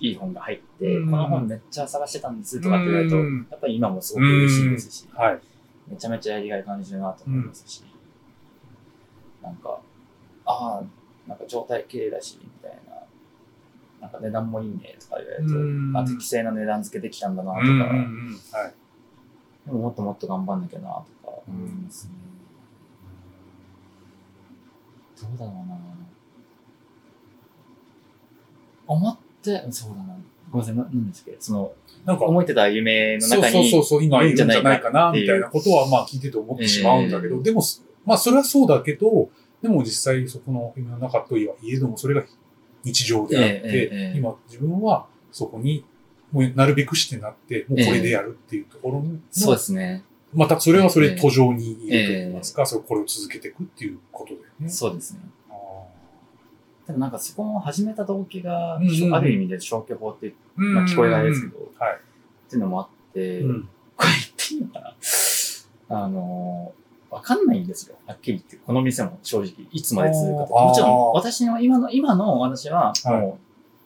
[SPEAKER 1] い
[SPEAKER 2] い本が入って、
[SPEAKER 1] うん
[SPEAKER 2] この本めっちゃ探してたんですとかって言われると、
[SPEAKER 1] うん
[SPEAKER 2] やっぱり今もすごく嬉しいですし、
[SPEAKER 1] はい。
[SPEAKER 2] めちゃめちゃやりがい感じるなと思いますし、なんか、ああ、なんか状態綺麗だし、みたいな、なんか値段もいいねとか言われると、
[SPEAKER 1] うん
[SPEAKER 2] あ適正な値段付けできたんだなと
[SPEAKER 1] う
[SPEAKER 2] か、
[SPEAKER 1] んうんうんはい。
[SPEAKER 2] でももっともっと頑張んなきゃなとか思いますね。どうだろうな思って、そうだな。ごめんなさい、ななんですっけその、
[SPEAKER 1] なんか、
[SPEAKER 2] 思ってた夢の
[SPEAKER 1] そう
[SPEAKER 2] 中
[SPEAKER 1] そう
[SPEAKER 2] に、
[SPEAKER 1] そうそう、今いるんじゃないかな、
[SPEAKER 2] いる
[SPEAKER 1] み
[SPEAKER 2] んじ
[SPEAKER 1] た
[SPEAKER 2] ゃないい
[SPEAKER 1] な
[SPEAKER 2] か
[SPEAKER 1] ことは、まあ聞いてて思ってしまうんだけど、
[SPEAKER 2] ええ
[SPEAKER 1] でも、まあそれはそうだけど、でも実際そこの夢の中とはいえども、それが日常であって、
[SPEAKER 2] ええええ
[SPEAKER 1] 今自分はそこに、もうなるべくしてなって、もうこれでやるっていうところの、
[SPEAKER 2] そうですね。
[SPEAKER 1] またそれはそれで途上にいると
[SPEAKER 2] ええ
[SPEAKER 1] 言いますか、それこれを続けていくっていうことだよね。
[SPEAKER 2] そうですね。
[SPEAKER 1] あー
[SPEAKER 2] でもなんかそこも始めた動機が、
[SPEAKER 1] うんうんうん
[SPEAKER 2] ある意味で消去法って、
[SPEAKER 1] うん
[SPEAKER 2] まあ、聞こえないですけど、
[SPEAKER 1] はい
[SPEAKER 2] っていうのもあって、
[SPEAKER 1] うん
[SPEAKER 2] これ言っていいのかな あのー、わかんないんですよ。はっきり言って。この店も正直、いつまで続くかと
[SPEAKER 1] あー
[SPEAKER 2] もちろん、私の今の、今のお話は、
[SPEAKER 1] はい
[SPEAKER 2] も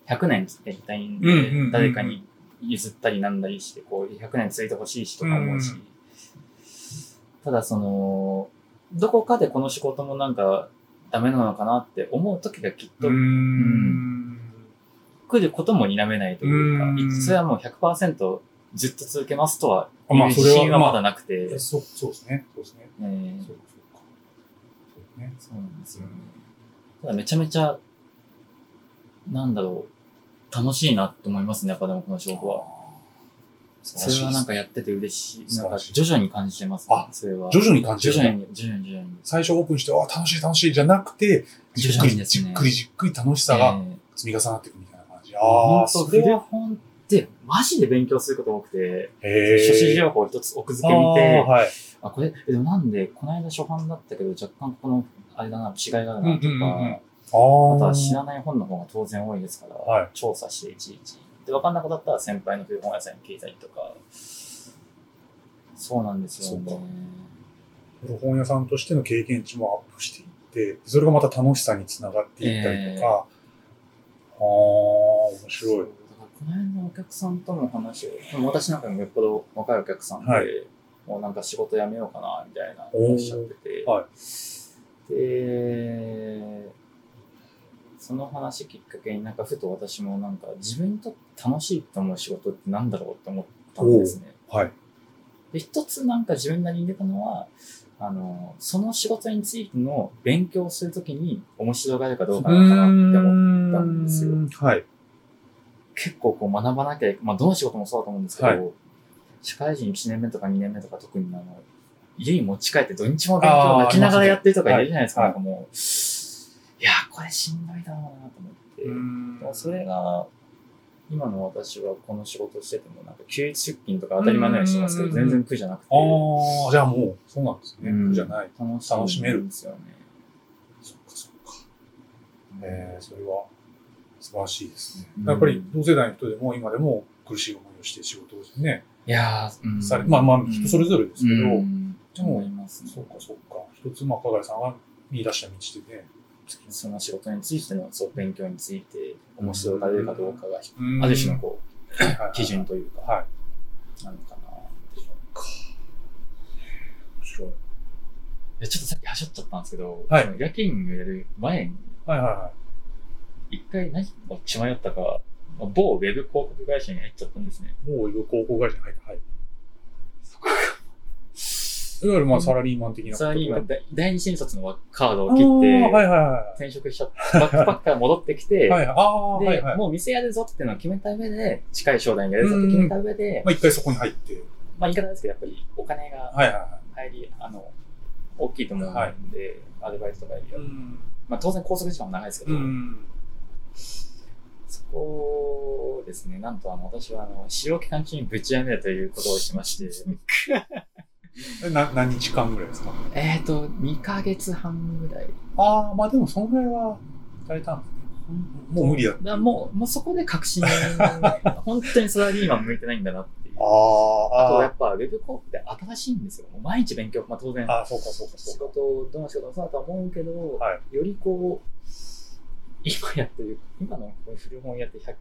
[SPEAKER 2] う、100年ってたい
[SPEAKER 1] う
[SPEAKER 2] ん
[SPEAKER 1] んうんうんう
[SPEAKER 2] で
[SPEAKER 1] ん、
[SPEAKER 2] 誰かに譲ったりなんだりして、こう、100年続いてほしいしとか思うし
[SPEAKER 1] うんう、
[SPEAKER 2] ただその、どこかでこの仕事もなんか、ダメなのかなって思う時がきっと
[SPEAKER 1] うーん
[SPEAKER 2] 来ることも否めないというか、
[SPEAKER 1] うん
[SPEAKER 2] それはもう100%ずっと続けますとは、
[SPEAKER 1] まあ
[SPEAKER 2] 自信はまだなくて、
[SPEAKER 1] えそうそうですねそうですね
[SPEAKER 2] えー
[SPEAKER 1] そうそうかそうね
[SPEAKER 2] そうなんですよね。ただめちゃめちゃ、なんだろう、楽しいなって思いますね、やっぱでもこの仕事は。それはなんかやってて嬉しい。
[SPEAKER 1] 素晴
[SPEAKER 2] なんから
[SPEAKER 1] しい
[SPEAKER 2] 徐々に感じてますね
[SPEAKER 1] あ
[SPEAKER 2] それは。
[SPEAKER 1] 徐々に感じる
[SPEAKER 2] 徐々に、徐々に、徐々に。
[SPEAKER 1] 最初オープンして、あ楽しい楽しいじゃなくて、じっ
[SPEAKER 2] 徐
[SPEAKER 1] く
[SPEAKER 2] 々
[SPEAKER 1] り、
[SPEAKER 2] にです
[SPEAKER 1] じ
[SPEAKER 2] ね
[SPEAKER 1] っくりじっくり楽しさが
[SPEAKER 2] えー
[SPEAKER 1] 積み重なっていくみたいな感じ。あ
[SPEAKER 2] ほ
[SPEAKER 1] あ、
[SPEAKER 2] んと
[SPEAKER 1] それ
[SPEAKER 2] 筆
[SPEAKER 1] は、
[SPEAKER 2] 本ってマジで勉強すること多くて、
[SPEAKER 1] へ
[SPEAKER 2] 書士情報一つ奥付け見
[SPEAKER 1] あ
[SPEAKER 2] て
[SPEAKER 1] ー、はい。
[SPEAKER 2] あ、これ、えでもなんで、この間初版だったけど、若干この、あれだな、違いがあるなと
[SPEAKER 1] うんうんうんうん
[SPEAKER 2] か、
[SPEAKER 1] あー
[SPEAKER 2] あとは知らない本の方が当然多いですから、
[SPEAKER 1] はい
[SPEAKER 2] 調査していちいち。で、分かんなくなったら先輩の古本屋さんに聞いたりとか、そうなんですよね
[SPEAKER 1] そう。古本屋さんとしての経験値もアップしていって、それがまた楽しさにつながっていったりとか、ああ、面
[SPEAKER 2] そう
[SPEAKER 1] 白い。
[SPEAKER 2] だからこの辺のお客さんとの話を、でも私なんかもよっぽど若いお客さんで、
[SPEAKER 1] はい
[SPEAKER 2] もうなんか仕事辞めようかな、みたいな
[SPEAKER 1] おー
[SPEAKER 2] おっしゃってて、
[SPEAKER 1] は
[SPEAKER 2] で、その話きっかけになんかふと私もなんか自分にとって楽しいと思う仕事ってなんだろうって思ったんですね。
[SPEAKER 1] はい。
[SPEAKER 2] で、一つなんか自分なりに出たのは、あの、その仕事についての勉強をするときに面白がるかどうかなのかなって思ってたんですよ
[SPEAKER 1] うーんはい。
[SPEAKER 2] 結構こう学ばなきゃいけまあどの仕事もそうだと思うんですけど、
[SPEAKER 1] はい
[SPEAKER 2] 社会人1年目とか2年目とか特にあの、家に持ち帰って土日も勉強泣きながらやってるとかいるじゃないですか、
[SPEAKER 1] あー
[SPEAKER 2] なんかもう、いやー、これしんどいだろうなと思って、でもそれが、今の私はこの仕事してても、なんか休日出勤とか当たり前のようにしてますけ
[SPEAKER 1] う
[SPEAKER 2] ど、
[SPEAKER 1] ん
[SPEAKER 2] 全然苦じゃなくて、
[SPEAKER 1] ああ、じゃあもう、そうなんですね。
[SPEAKER 2] うん
[SPEAKER 1] じゃない。
[SPEAKER 2] 楽
[SPEAKER 1] 楽しめる
[SPEAKER 2] んですよね。
[SPEAKER 1] そっかそっか。えー、それは素晴らしいですね
[SPEAKER 2] う。ん
[SPEAKER 1] やっぱり同世代の人でも今でも苦しい思いをして仕事をね、
[SPEAKER 2] いやー、うん
[SPEAKER 1] されまあまあ人それぞれですけど、
[SPEAKER 2] うん
[SPEAKER 1] でも
[SPEAKER 2] 思いますね
[SPEAKER 1] そうかそうか。一つ、まあ、加賀谷さんが見出した道でね。
[SPEAKER 2] その仕事についてのそう勉強について面白がれるかどうかが、
[SPEAKER 1] うん
[SPEAKER 2] ある種のこ
[SPEAKER 1] はいはいう
[SPEAKER 2] 基準というか、
[SPEAKER 1] はい。
[SPEAKER 2] なのかな。
[SPEAKER 1] 面白い。
[SPEAKER 2] えちょっとさっき走っちゃったんですけど、
[SPEAKER 1] はい
[SPEAKER 2] その夜勤をやる前に、
[SPEAKER 1] はいはいは
[SPEAKER 2] 一回何を血迷ったか、まあ某ウェブ広告会社に入っちゃったんですね。
[SPEAKER 1] い。もう、高校会社に入って、はい。
[SPEAKER 2] そこが
[SPEAKER 1] いわゆる、まあ、サラリーマン的なこと。
[SPEAKER 2] それに今、第第二新卒のカード
[SPEAKER 1] あ
[SPEAKER 2] を
[SPEAKER 1] ー
[SPEAKER 2] 切って、
[SPEAKER 1] はいは
[SPEAKER 2] 転職しちゃった、バックパックから戻ってきて、
[SPEAKER 1] いはい。はい、ああ、
[SPEAKER 2] で、
[SPEAKER 1] はいはい。ま
[SPEAKER 2] もう店やるぞっていうのを決めた上で、近い商談やるぞって決めた上で、
[SPEAKER 1] あ、一回そこに入って。
[SPEAKER 2] まあ言い方ですけど、やっぱりお金が
[SPEAKER 1] はいはいは
[SPEAKER 2] 入り、あの、大きいと思うんで、アルバイトとかより
[SPEAKER 1] い。
[SPEAKER 2] は
[SPEAKER 1] ん。
[SPEAKER 2] まあ当然拘束時間も長いですけ
[SPEAKER 1] う
[SPEAKER 2] ど、
[SPEAKER 1] ん。
[SPEAKER 2] そこをですね、なんとあの、私はあの、使用期間中にぶちやめるということをしてまして、
[SPEAKER 1] えな何日間ぐらいですか
[SPEAKER 2] えっと、2ヶ月半ぐらい。
[SPEAKER 1] ああ、まあでも、そのぐらいは、されたんですね。もう無理だ。
[SPEAKER 2] だもう、もうそこで確信、 本当にサラリーマン向いてないんだなっていう。あと、や
[SPEAKER 1] あ
[SPEAKER 2] っぱ、ウェブコープって新しいんですよ。もう毎日勉強。まあ当然、
[SPEAKER 1] ああ、そうかそうか
[SPEAKER 2] 仕
[SPEAKER 1] そうか。
[SPEAKER 2] 事、どの仕事もそうだとは思うけど、
[SPEAKER 1] は
[SPEAKER 2] よりこう、今やってる、今のこういう古本屋って100、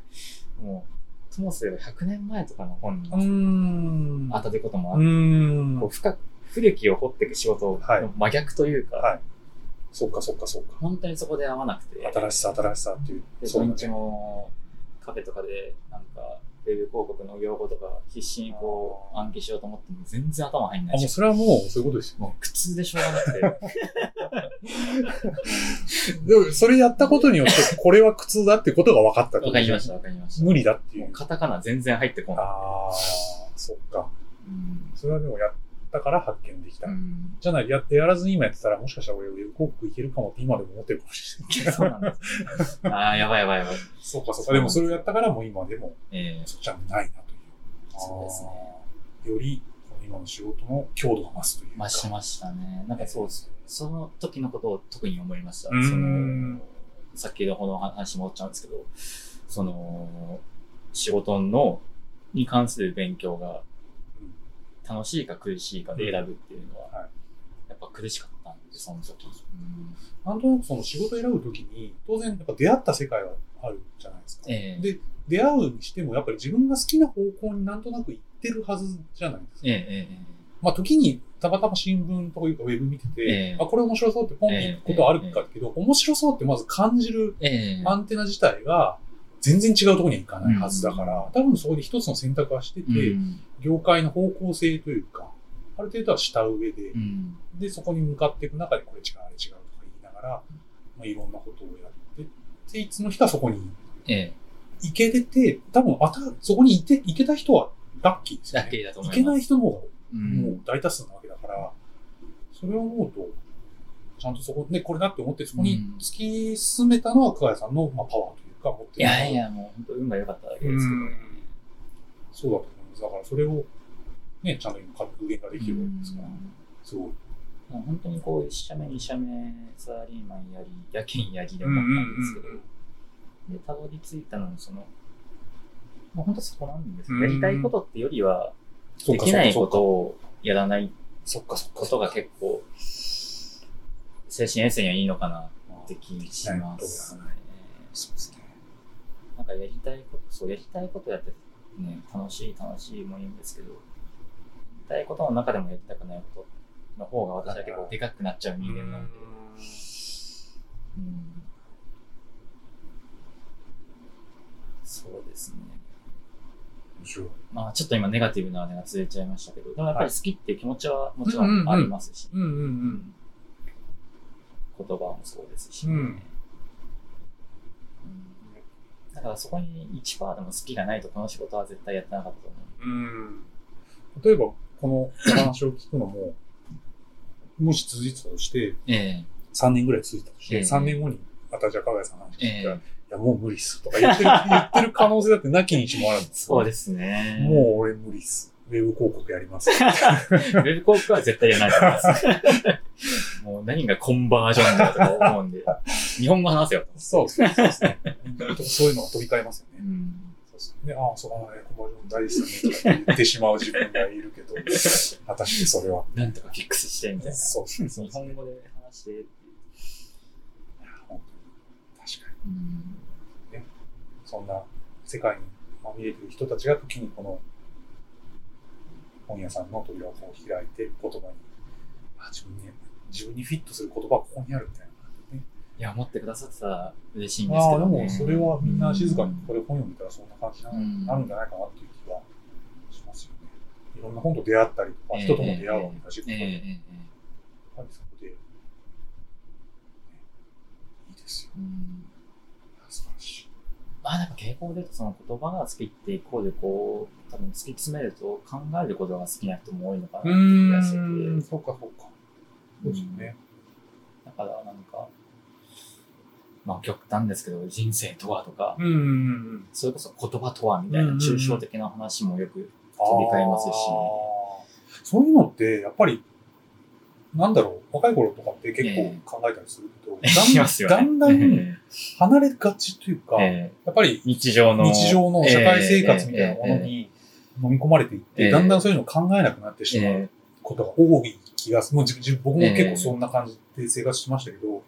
[SPEAKER 2] もう、ともすれば100年前とかの本に
[SPEAKER 1] うーん。
[SPEAKER 2] 当たることも
[SPEAKER 1] う
[SPEAKER 2] あって、
[SPEAKER 1] ーん
[SPEAKER 2] こう。深く、古きを掘っていく仕事
[SPEAKER 1] はい
[SPEAKER 2] の真逆というか、
[SPEAKER 1] はいそっかそっかそっか。
[SPEAKER 2] 本当にそこで合わなくて、
[SPEAKER 1] 新しさ、新しさっていう。
[SPEAKER 2] で土日もカフェとかで、なんか、ウェブ広告の用語とか、必死にこう、
[SPEAKER 1] あー
[SPEAKER 2] 暗記しようと思っても全然頭入ん
[SPEAKER 1] あ、
[SPEAKER 2] な
[SPEAKER 1] も
[SPEAKER 2] いうし、
[SPEAKER 1] それはもうそういうことですよ。
[SPEAKER 2] もう苦痛でしょうが なくて、
[SPEAKER 1] でも、それやったことによって、これは苦痛だっていうことが分かったってこと
[SPEAKER 2] わかりました、わかりました。
[SPEAKER 1] 無理だってい
[SPEAKER 2] もう
[SPEAKER 1] う。
[SPEAKER 2] カタカナ全然入ってこない。
[SPEAKER 1] ああ、そっか。
[SPEAKER 2] うん
[SPEAKER 1] それはでもやったから発見できた。
[SPEAKER 2] うん
[SPEAKER 1] じゃない、やってやらずに今やってたら、もしかしたら俺、ウェブ広告いけるかもって今でも思ってるかもしれない。
[SPEAKER 2] そうなんです。ああ、やばいやばいやばい。
[SPEAKER 1] そうかそうか。でもそれをやったからもう今でも、
[SPEAKER 2] え
[SPEAKER 1] そっちはないなという。
[SPEAKER 2] そうですね
[SPEAKER 1] あー。より、この今の仕事の強度が増すという
[SPEAKER 2] ー、
[SPEAKER 1] か。
[SPEAKER 2] まあしましたね。なんかそうです。その時のことを特に思いました。
[SPEAKER 1] うーん
[SPEAKER 2] その、さっきの方の話に戻っちゃうんですけど、その、仕事の、に関する勉強が、楽しいか苦しいかで選ぶっていうの
[SPEAKER 1] うんは、
[SPEAKER 2] はいやっぱ苦しかったんで、その時。うん
[SPEAKER 1] なんとなくその仕事を選ぶときに、当然やっぱ出会った世界はあるじゃないですか。
[SPEAKER 2] ええ
[SPEAKER 1] で、出会うにしても、やっぱり自分が好きな方向になんとなく行ってるはずじゃないですか。
[SPEAKER 2] ええええ
[SPEAKER 1] まあ、時にたまたま新聞とかいうかウェブ見てて、
[SPEAKER 2] ええ
[SPEAKER 1] あ、これ面白そうってポンって行くことはあるかけど、面白そうってまず感じる
[SPEAKER 2] えええ
[SPEAKER 1] アンテナ自体が全然違うところには行かないはずだから、多分そこで一つの選択はしてて、
[SPEAKER 2] うん
[SPEAKER 1] 業界の方向性というか、ある程度は下上で、
[SPEAKER 2] うん
[SPEAKER 1] で、そこに向かっていく中でこれ違う、あれ違うとか言いながら、まあ、いろんなことをやって、で、いつの日かそこに
[SPEAKER 2] ええ
[SPEAKER 1] 行けてて、多分あた、そこにいて、行けた人はラッキーですよ
[SPEAKER 2] ラ
[SPEAKER 1] ね。
[SPEAKER 2] ッキーだと
[SPEAKER 1] 行
[SPEAKER 2] 思い
[SPEAKER 1] け
[SPEAKER 2] ます。
[SPEAKER 1] ない人の方が
[SPEAKER 2] うん
[SPEAKER 1] もう大多数なわけだから、それを思うと、ちゃんとそこ、ね、これだって思って、そこに突き進めたのは、久谷さんの、まあ、パワーというか、持ってる
[SPEAKER 2] いやいや、もう本当運が良かっただけ
[SPEAKER 1] う
[SPEAKER 2] ですけど
[SPEAKER 1] ん
[SPEAKER 2] ね。
[SPEAKER 1] そうだと思います。だから、それを、ね、ちゃんと今、格言ができてるわけですから、すごい。
[SPEAKER 2] 本当にこう、1社目、2社目、サラリーマンやり、夜勤やりでもあったんですけど、で、たどり着いたのも、その、もう本当そこなんですよ。やりたいことってよりは、
[SPEAKER 1] そっ
[SPEAKER 2] で
[SPEAKER 1] か
[SPEAKER 2] きないことをやらない
[SPEAKER 1] そっかそっか。
[SPEAKER 2] ことが結構、精神衛生にはいいのかなって気しますね。
[SPEAKER 1] そうですね。
[SPEAKER 2] なんかやりたいこと、そう、やりたいことやってね、楽しい楽しいもいいんですけど、やりたいことの中でもやりたくないことの方が私は結構でかくなっちゃう人間なので、うん。そうですね。
[SPEAKER 1] 面白い。
[SPEAKER 2] まあちょっと今ネガティブな話が続いちゃいましたけど、でもやっぱり好きっていう気持ちはもちろんありますし、
[SPEAKER 1] うんうんう。
[SPEAKER 2] うんん言葉もそうですし、
[SPEAKER 1] うん
[SPEAKER 2] うんだからそこに1%でも好きがないとこの仕事は絶対やってなかったと思う。
[SPEAKER 1] うん例えば、この話を聞くのも、もし続いてたとして、
[SPEAKER 2] え
[SPEAKER 1] 3年ぐらい続いてたとして、
[SPEAKER 2] ええ
[SPEAKER 1] 3年後に、あたじゃあ、加賀谷さんの話
[SPEAKER 2] え
[SPEAKER 1] 聞いたら、
[SPEAKER 2] え
[SPEAKER 1] いや、もう無理っすとか言ってる、言ってる可能性だってなきにしもあらず。
[SPEAKER 2] そうですね。
[SPEAKER 1] もう俺無理っす。ウェブ広告やります。
[SPEAKER 2] ウェブ広告は絶対やらないと思います。 もう何がコンバージョンだとか思うんで、日本語話せよと。
[SPEAKER 1] そうですね。そうです ね。そういうのが飛び交いますよね。
[SPEAKER 2] うん
[SPEAKER 1] そうですね。ああ、そう、ああ、エコバージョン大事ですよね。とかって言ってしまう自分がいる けど、果たしてそれは。
[SPEAKER 2] なんとかフィックスしてみたいな。
[SPEAKER 1] そうですね。そう
[SPEAKER 2] 日
[SPEAKER 1] ですね
[SPEAKER 2] 本語で話してっていう。
[SPEAKER 1] 本当に確かに。そんな世界にまみれている人たちが時にこの本屋さんの扉をこう開いて言葉に、あ自分に、自分にフィットする言葉はここにあるみたいな。
[SPEAKER 2] いや、持ってくださってたら嬉しいんです
[SPEAKER 1] あ
[SPEAKER 2] け
[SPEAKER 1] あ、で
[SPEAKER 2] ど、ね。
[SPEAKER 1] もそれはみんな静かにこれ本読んだらそんな感じな,、
[SPEAKER 2] うん
[SPEAKER 1] なるんじゃないかなっていう気はしますよね。いろんな本と出会ったりとか、
[SPEAKER 2] ええ
[SPEAKER 1] 人とも出会うわけだし、
[SPEAKER 2] えええ
[SPEAKER 1] やっ
[SPEAKER 2] ええ
[SPEAKER 1] ぱりそこで、ねいいですよ。
[SPEAKER 2] えうん
[SPEAKER 1] 素晴らしい。
[SPEAKER 2] まあなんか傾向で言うとその言葉が好きっていうこうでこう、多分突き詰めると考えることが好きな人も多いのかなって気がしてて。
[SPEAKER 1] そうかそうか。そうですよね。
[SPEAKER 2] だからなんか、まあ極端ですけど、人生とはとか、
[SPEAKER 1] うんうんうん。
[SPEAKER 2] それこそ言葉とはみたい
[SPEAKER 1] うん
[SPEAKER 2] な
[SPEAKER 1] うんうん
[SPEAKER 2] 抽象的な話もよく、飛び交いますし
[SPEAKER 1] あーそういうのって、やっぱり、なんだろう、若い頃とかって結構考えたりするけど、
[SPEAKER 2] しますよね。
[SPEAKER 1] だんだんだん離れがちというか、
[SPEAKER 2] えー
[SPEAKER 1] やっぱり
[SPEAKER 2] 日常の。
[SPEAKER 1] 日常の社会生活みたいなもの
[SPEAKER 2] えー。えーえー
[SPEAKER 1] に飲み込まれていって、
[SPEAKER 2] ええ
[SPEAKER 1] だんだんそういうのを考えなくなってしまう
[SPEAKER 2] え
[SPEAKER 1] ことが多い気がする。もう自分自分僕も結構そんな感じで生活してましたけど、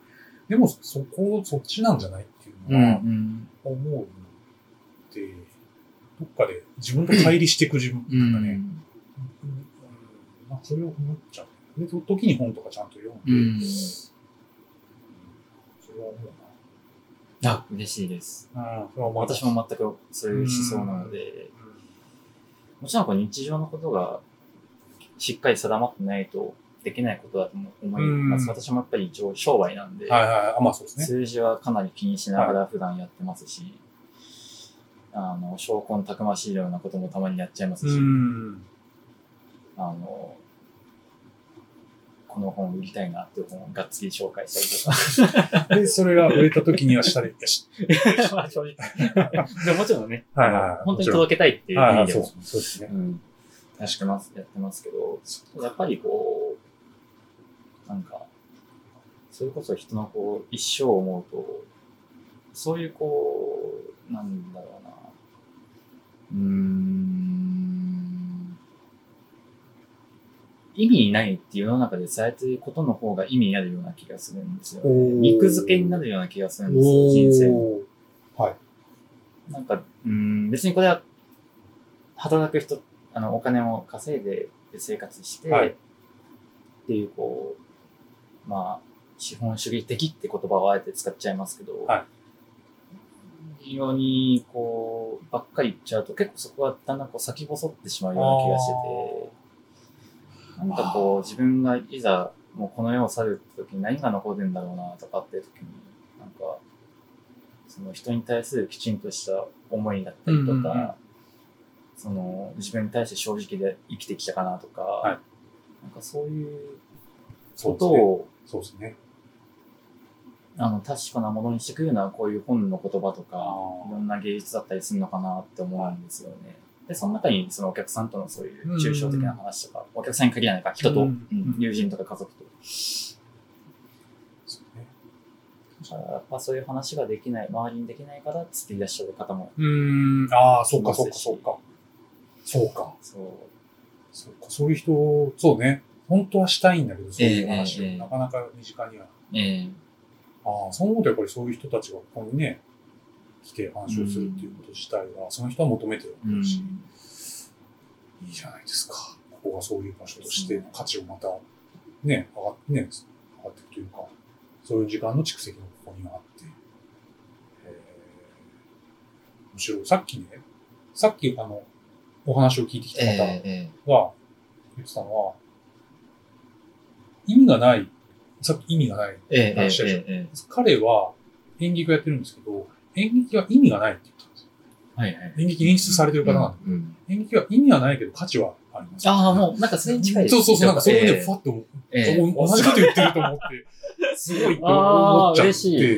[SPEAKER 1] でもそこ、そっちなんじゃないっていう
[SPEAKER 2] ーう
[SPEAKER 1] の
[SPEAKER 2] ん
[SPEAKER 1] は、
[SPEAKER 2] うん
[SPEAKER 1] 思うので、どっかで自分と乖離していく自分、
[SPEAKER 2] うん
[SPEAKER 1] なんかね、うんまあ、それを思っちゃう。で、と時に本とかちゃんと読んで、
[SPEAKER 2] うん
[SPEAKER 1] それは思
[SPEAKER 2] あ、嬉しいです。
[SPEAKER 1] うな。うん、それは思います
[SPEAKER 2] 私。も全くそういう思想なので、もちろんこう日常のことがしっかり定まってないとできないことだと思います。
[SPEAKER 1] うん
[SPEAKER 2] 私もやっぱり一応商売なんで、
[SPEAKER 1] はいはい、あ、まあそうですね。
[SPEAKER 2] 数字はかなり気にしながら普段やってますし、あの、証拠のたくましいようなこともたまにやっちゃいますし、
[SPEAKER 1] ん。
[SPEAKER 2] あの、この本売りたいなっていう本をがっつり紹介した
[SPEAKER 1] で、それが売れた時には 下で、よし。
[SPEAKER 2] りとか、 まあ正直。でももちろんね、
[SPEAKER 1] はいはいはい
[SPEAKER 2] あの本当に届けたいっていう
[SPEAKER 1] はい
[SPEAKER 2] 意
[SPEAKER 1] は
[SPEAKER 2] 味
[SPEAKER 1] い、
[SPEAKER 2] で
[SPEAKER 1] そう
[SPEAKER 2] も
[SPEAKER 1] そうですね。
[SPEAKER 2] うん、やってます、やってますけど、やっぱりこう、なんか、それこそ人のこう、一生を思うと、そういうこう、なんだろうな。うーん。意味ないって世の中で伝えてることの方が意味あるような気がするんですよ、ね。
[SPEAKER 1] おー
[SPEAKER 2] 肉付けになるような気がするんです
[SPEAKER 1] お
[SPEAKER 2] よ、
[SPEAKER 1] ー
[SPEAKER 2] 人生の。
[SPEAKER 1] はい。
[SPEAKER 2] なんか、うーん、別にこれは、働く人、あの、お金を稼いで生活して、
[SPEAKER 1] はい
[SPEAKER 2] っていう、こう、まあ、資本主義的って言葉をあえて使っちゃいますけど、
[SPEAKER 1] は
[SPEAKER 2] 非常に、こう、ばっかり言っちゃうと、結構そこはだんだんこう先細ってしまうような気がしてて、なんかこう、自分がいざ、もうこの世を去る時に何が残るんだろうな、とかっていう時に、なんか、その人に対するきちんとした思いだったりとか、
[SPEAKER 1] うんうんうん
[SPEAKER 2] その自分に対して正直で生きてきたかなとか、
[SPEAKER 1] はい
[SPEAKER 2] なんかそういう
[SPEAKER 1] そうです
[SPEAKER 2] こと
[SPEAKER 1] ね。
[SPEAKER 2] を、
[SPEAKER 1] そうですね。
[SPEAKER 2] あの確かなものにしてくるのはこういう本の言葉とか、
[SPEAKER 1] あー
[SPEAKER 2] いろんな芸術だったりするのかなって思うんですよね。で、その中にそのお客さんとのそういう抽象的な話とか、お客さんに限らないか、人と、
[SPEAKER 1] うん
[SPEAKER 2] うん友人とか家族と
[SPEAKER 1] そうね
[SPEAKER 2] だからやっぱそういう話ができない、周りにできないからっつっていらっしゃる方も、
[SPEAKER 1] うーん、ああ、そうか、そうか、そうか。そうか、
[SPEAKER 2] そう、
[SPEAKER 1] そうか。そういう人、そうね。本当はしたいんだけど、そういう話を、
[SPEAKER 2] ええええ
[SPEAKER 1] なかなか身近には。
[SPEAKER 2] ええ
[SPEAKER 1] ああ、そう思うとやっぱりそういう人たちがここにね、来て話をするっていうこと自体が、その人は求めてるわけだし、いいじゃないですか。ここがそういう場所として価値をまた、ね、上がって、ね、上がっていくというか、そういう時間の蓄積がここにはあって、えー、むしろさっきね、さっきあの、お話を聞いてきた
[SPEAKER 2] え
[SPEAKER 1] 方
[SPEAKER 2] ええ
[SPEAKER 1] が言ってたのは、意味がない、さっき意味がない
[SPEAKER 2] えええ
[SPEAKER 1] 話したでしょ
[SPEAKER 2] ええ
[SPEAKER 1] 彼は演劇をやってるんですけど、演劇は意味がないって言ったんですよ。
[SPEAKER 2] はいはい。
[SPEAKER 1] 演劇演出されてる方なんで、
[SPEAKER 2] うんうん
[SPEAKER 1] 演劇は意味はないけど価値はあります。
[SPEAKER 2] ああ、もう、なんかそれに近いです
[SPEAKER 1] そうそうそう、なんかそういう
[SPEAKER 2] え
[SPEAKER 1] ふう
[SPEAKER 2] え
[SPEAKER 1] にふわっと思う、
[SPEAKER 2] ええ
[SPEAKER 1] そう同じこと言ってると思 って、すごいと
[SPEAKER 2] あ
[SPEAKER 1] 思
[SPEAKER 2] あ
[SPEAKER 1] っ、ちゃって。
[SPEAKER 2] 嬉しい。え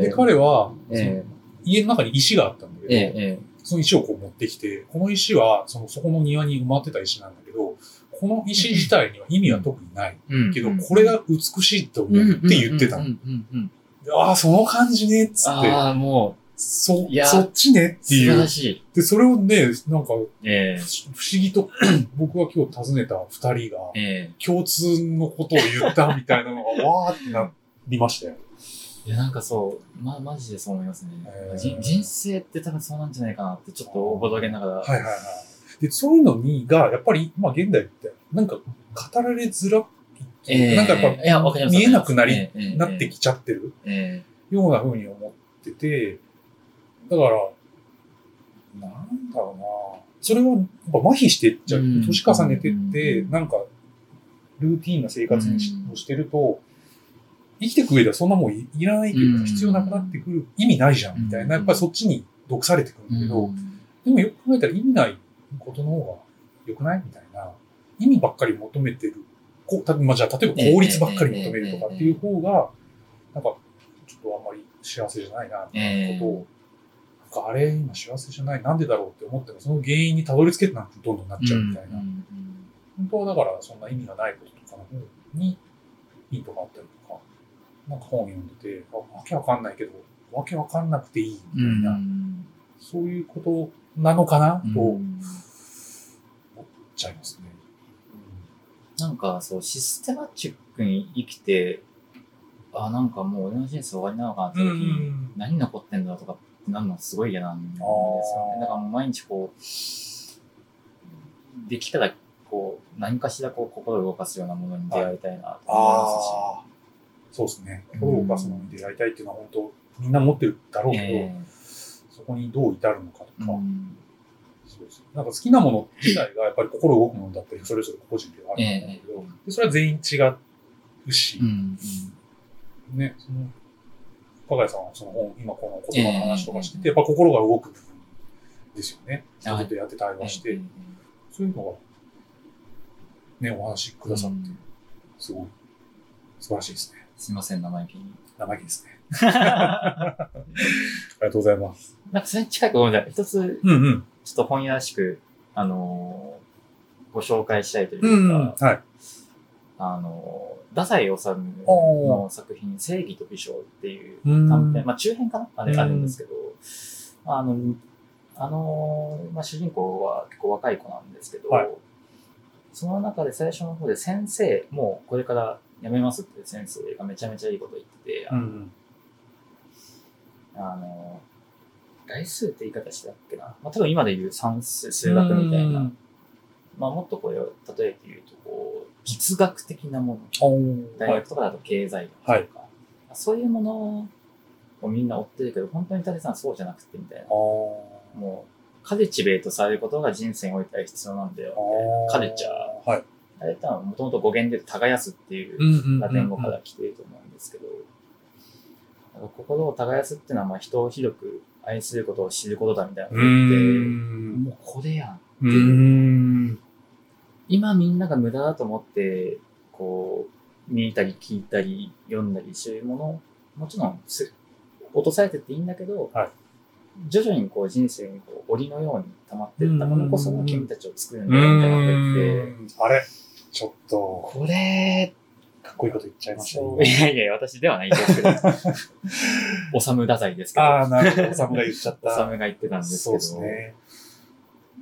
[SPEAKER 2] え
[SPEAKER 1] で、彼は、その
[SPEAKER 2] え
[SPEAKER 1] 家の中に石があったんだ
[SPEAKER 2] え
[SPEAKER 1] け
[SPEAKER 2] え
[SPEAKER 1] ど、
[SPEAKER 2] え
[SPEAKER 1] その石をこう持ってきて、この石はそのそこの庭に埋まってた石なんだけど、この石自体には意味は特にない
[SPEAKER 2] うん
[SPEAKER 1] けど、これが美しいと思うって言ってた
[SPEAKER 2] うん
[SPEAKER 1] の。
[SPEAKER 2] うんうんうん
[SPEAKER 1] でああ、その感じねっつって。
[SPEAKER 2] ああ、も
[SPEAKER 1] そ
[SPEAKER 2] い、や
[SPEAKER 1] そっちねっ
[SPEAKER 2] う、
[SPEAKER 1] て
[SPEAKER 2] 素
[SPEAKER 1] い
[SPEAKER 2] 晴
[SPEAKER 1] う
[SPEAKER 2] ら。しい。
[SPEAKER 1] で、それをね、なんか、
[SPEAKER 2] え
[SPEAKER 1] 不思不思議と、 僕が今日訪ねた二人が
[SPEAKER 2] え、え
[SPEAKER 1] 共通のことを言ったみたいなのが、わーってなりましたよ。
[SPEAKER 2] えいや、なんかそう、ま、マジでそう思いますね
[SPEAKER 1] え。え
[SPEAKER 2] じ人生って多分そうなんじゃないかなって、ちょっとおぼろげながら。
[SPEAKER 1] はいはいはい。で、そういうのに、が、やっぱり、まあ現代って、なんか、語られづらい、
[SPEAKER 2] ええ
[SPEAKER 1] なんかやっぱ、
[SPEAKER 2] いや、わかります。
[SPEAKER 1] 見えなくなり
[SPEAKER 2] ええええ
[SPEAKER 1] なってきちゃってる
[SPEAKER 2] え
[SPEAKER 1] ような風に思ってて、だから、なんだろうなそれは、やっぱ麻痺してっちゃう。
[SPEAKER 2] うん
[SPEAKER 1] 年重ねてって、
[SPEAKER 2] うん
[SPEAKER 1] なんか、ルーティーンな生活にし,、
[SPEAKER 2] うん
[SPEAKER 1] をしてると、生きてく上ではそんなもんいいらないけど、
[SPEAKER 2] うん
[SPEAKER 1] 必要なくなってくる、意味ないじゃん、みたいな。
[SPEAKER 2] う
[SPEAKER 1] や
[SPEAKER 2] ん
[SPEAKER 1] っぱりそっちに毒されてくるんだ
[SPEAKER 2] え
[SPEAKER 1] けど、
[SPEAKER 2] うん
[SPEAKER 1] でもよく考えたら意味ないことの方が良くないみたいな。意味ばっかり求めてる。こうたまあ、じゃあ、例えば効率ばっかり求めるとかっていう方が、なんか、ちょっとあんまり幸せじゃないな、みたいなことを、なんかあれ、今幸せじゃない、なんでだろうって思っても、その原因にたどり着けてなくてどんどんなっちゃうみたいな。
[SPEAKER 2] うんうん
[SPEAKER 1] 本当はだから、そんな意味がないこととかの方に、ヒントがあったりとか、なんか本を読んでて、あわけわかんないけど、わけわかんなくていい、み
[SPEAKER 2] う
[SPEAKER 1] た
[SPEAKER 2] ん
[SPEAKER 1] いな。そういうことなのかなと
[SPEAKER 2] う
[SPEAKER 1] 思っ
[SPEAKER 2] ん
[SPEAKER 1] ちゃいますね。
[SPEAKER 2] なんかそう、システマチックに生きて、あ、なんかもう俺の人生終わりなのかなって時に、何残ってんだろうとかってなるのすごい嫌なんですよ
[SPEAKER 1] あー
[SPEAKER 2] ね。だからもう毎日こう、できたらこう、何かしらこう心を動かすようなものに出会いたいなと思
[SPEAKER 1] ああ、そうですね。心を動かすのに出会いたいっていうのは本当、みんな持ってるだろう
[SPEAKER 2] い
[SPEAKER 1] け
[SPEAKER 2] ます
[SPEAKER 1] ど、
[SPEAKER 2] し。え
[SPEAKER 1] そこにどう至るのかとか、
[SPEAKER 2] えうん
[SPEAKER 1] そうですねなんか好きなもの自体がやっぱり心動くものだったり、それぞれ個人ではあると思うんだけど、でそれは全員違うし
[SPEAKER 2] う、ん
[SPEAKER 1] ね、その、加賀谷さんはその本、今この言葉の話とかして
[SPEAKER 2] え
[SPEAKER 1] て、や
[SPEAKER 2] え
[SPEAKER 1] っぱ心が動く部分ですよね。
[SPEAKER 2] はい
[SPEAKER 1] 人とやって対話して、
[SPEAKER 2] ええ
[SPEAKER 1] そういうのが、ね、お話しくださっ
[SPEAKER 2] う
[SPEAKER 1] て
[SPEAKER 2] ん、
[SPEAKER 1] すごい、素晴らしいですね。
[SPEAKER 2] すいません、生意 気に。
[SPEAKER 1] 生意気ですね。ありがとうございます。
[SPEAKER 2] なんかそれに近いこと思うんだけど一つ、
[SPEAKER 1] うんうん。
[SPEAKER 2] ちょっと本屋らしく、あのーご紹介したいという
[SPEAKER 1] う
[SPEAKER 2] か、
[SPEAKER 1] んうん。はい。
[SPEAKER 2] あの、太宰治の作品、正義と美少っていう短編、まあ中編かなあれ
[SPEAKER 1] うん
[SPEAKER 2] あるんですけど、あの、あの、まあ主人公は結構若い子なんですけど、
[SPEAKER 1] はい
[SPEAKER 2] その中で最初の方で先生、もうこれから辞めますって先生がめちゃめちゃいいこと言ってて、
[SPEAKER 1] うん
[SPEAKER 2] あの、概数って言い方してたっけな。まあ多分今で言う算数、数学みたいな。まあもっとこれを例えて言うと、こう、実学的なもの。大
[SPEAKER 1] はい
[SPEAKER 2] 学とかだと経済学とか、
[SPEAKER 1] はい
[SPEAKER 2] そういうものをみんな追ってるけど、本当に谷さんそうじゃなくてみたいな。もう、カルチベートされることが人生においては必要なんだよ。カルチャ
[SPEAKER 1] ーはい
[SPEAKER 2] ー。あれはもともと語源で言うと耕すっていう
[SPEAKER 1] うんうんうんうん
[SPEAKER 2] ラテン語から来ていると思うんですけど、なんか心を耕すっていうのはまあ人を広く愛することを知ることだみたいなこ
[SPEAKER 1] う
[SPEAKER 2] と言って、
[SPEAKER 1] ん
[SPEAKER 2] もうこれやん。
[SPEAKER 1] うん
[SPEAKER 2] 今みんなが無駄だと思って、こう、見たり聞いたり読んだりしてるもの、もちろんす落とされてっていいんだけど、
[SPEAKER 1] はい
[SPEAKER 2] 徐々にこう人生にこう檻のように溜まっていったものこそ
[SPEAKER 1] うん
[SPEAKER 2] 君たちを作るん
[SPEAKER 1] う
[SPEAKER 2] だよみたいなこと言って、
[SPEAKER 1] んあれちょっと
[SPEAKER 2] これ、
[SPEAKER 1] かっこいいこと言っちゃいました
[SPEAKER 2] そういやいや、私ではないです けど、おさむ太宰ですけど、
[SPEAKER 1] ああなるほどおさむが言っちゃっ
[SPEAKER 2] おさ
[SPEAKER 1] た
[SPEAKER 2] むが言ってたんですけ
[SPEAKER 1] そう
[SPEAKER 2] ど、
[SPEAKER 1] ですね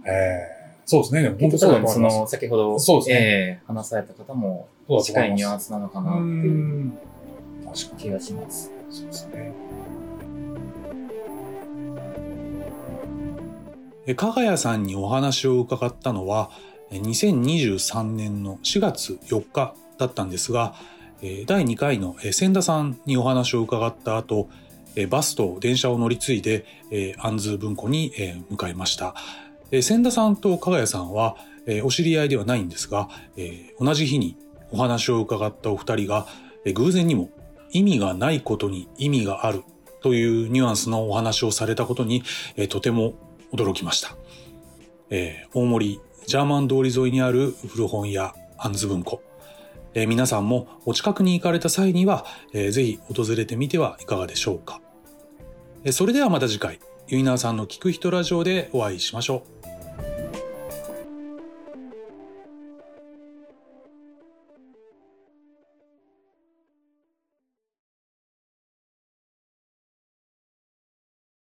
[SPEAKER 1] えーそうですねでも本当そうだ
[SPEAKER 2] 多
[SPEAKER 1] と
[SPEAKER 2] 分
[SPEAKER 1] 思
[SPEAKER 2] そ
[SPEAKER 1] います
[SPEAKER 2] の先ほど、
[SPEAKER 1] そうです
[SPEAKER 2] ええ話された方も
[SPEAKER 1] そうだと思
[SPEAKER 2] 近い
[SPEAKER 1] い
[SPEAKER 2] ニュ
[SPEAKER 1] ま
[SPEAKER 2] ア
[SPEAKER 1] す
[SPEAKER 2] ンスなのかなっていう
[SPEAKER 1] うん確かに
[SPEAKER 2] 気がします。
[SPEAKER 1] そうですね。え加賀谷さんにお話を伺ったのはえ2023年の4月4日だったんですがえー第2回のえ千田さんにお話を伺った後えバスと電車を乗り継いでえー安住文庫にえー向かいましたえ千田さんと加賀谷さんはえーお知り合いではないんですがえー同じ日にお話を伺ったお二人がえ偶然にも意味がないことに意味があるというニュアンスのお話をされたことに、えーとても驚きました、えー大森ジャーマン通り沿いにある古本屋アンズ文庫、えー皆さんもお近くに行かれた際には、えーぜひ訪れてみてはいかがでしょうか、えーそれではまた次回ゆいなーさんの聞く人ラジオでお会いしましょう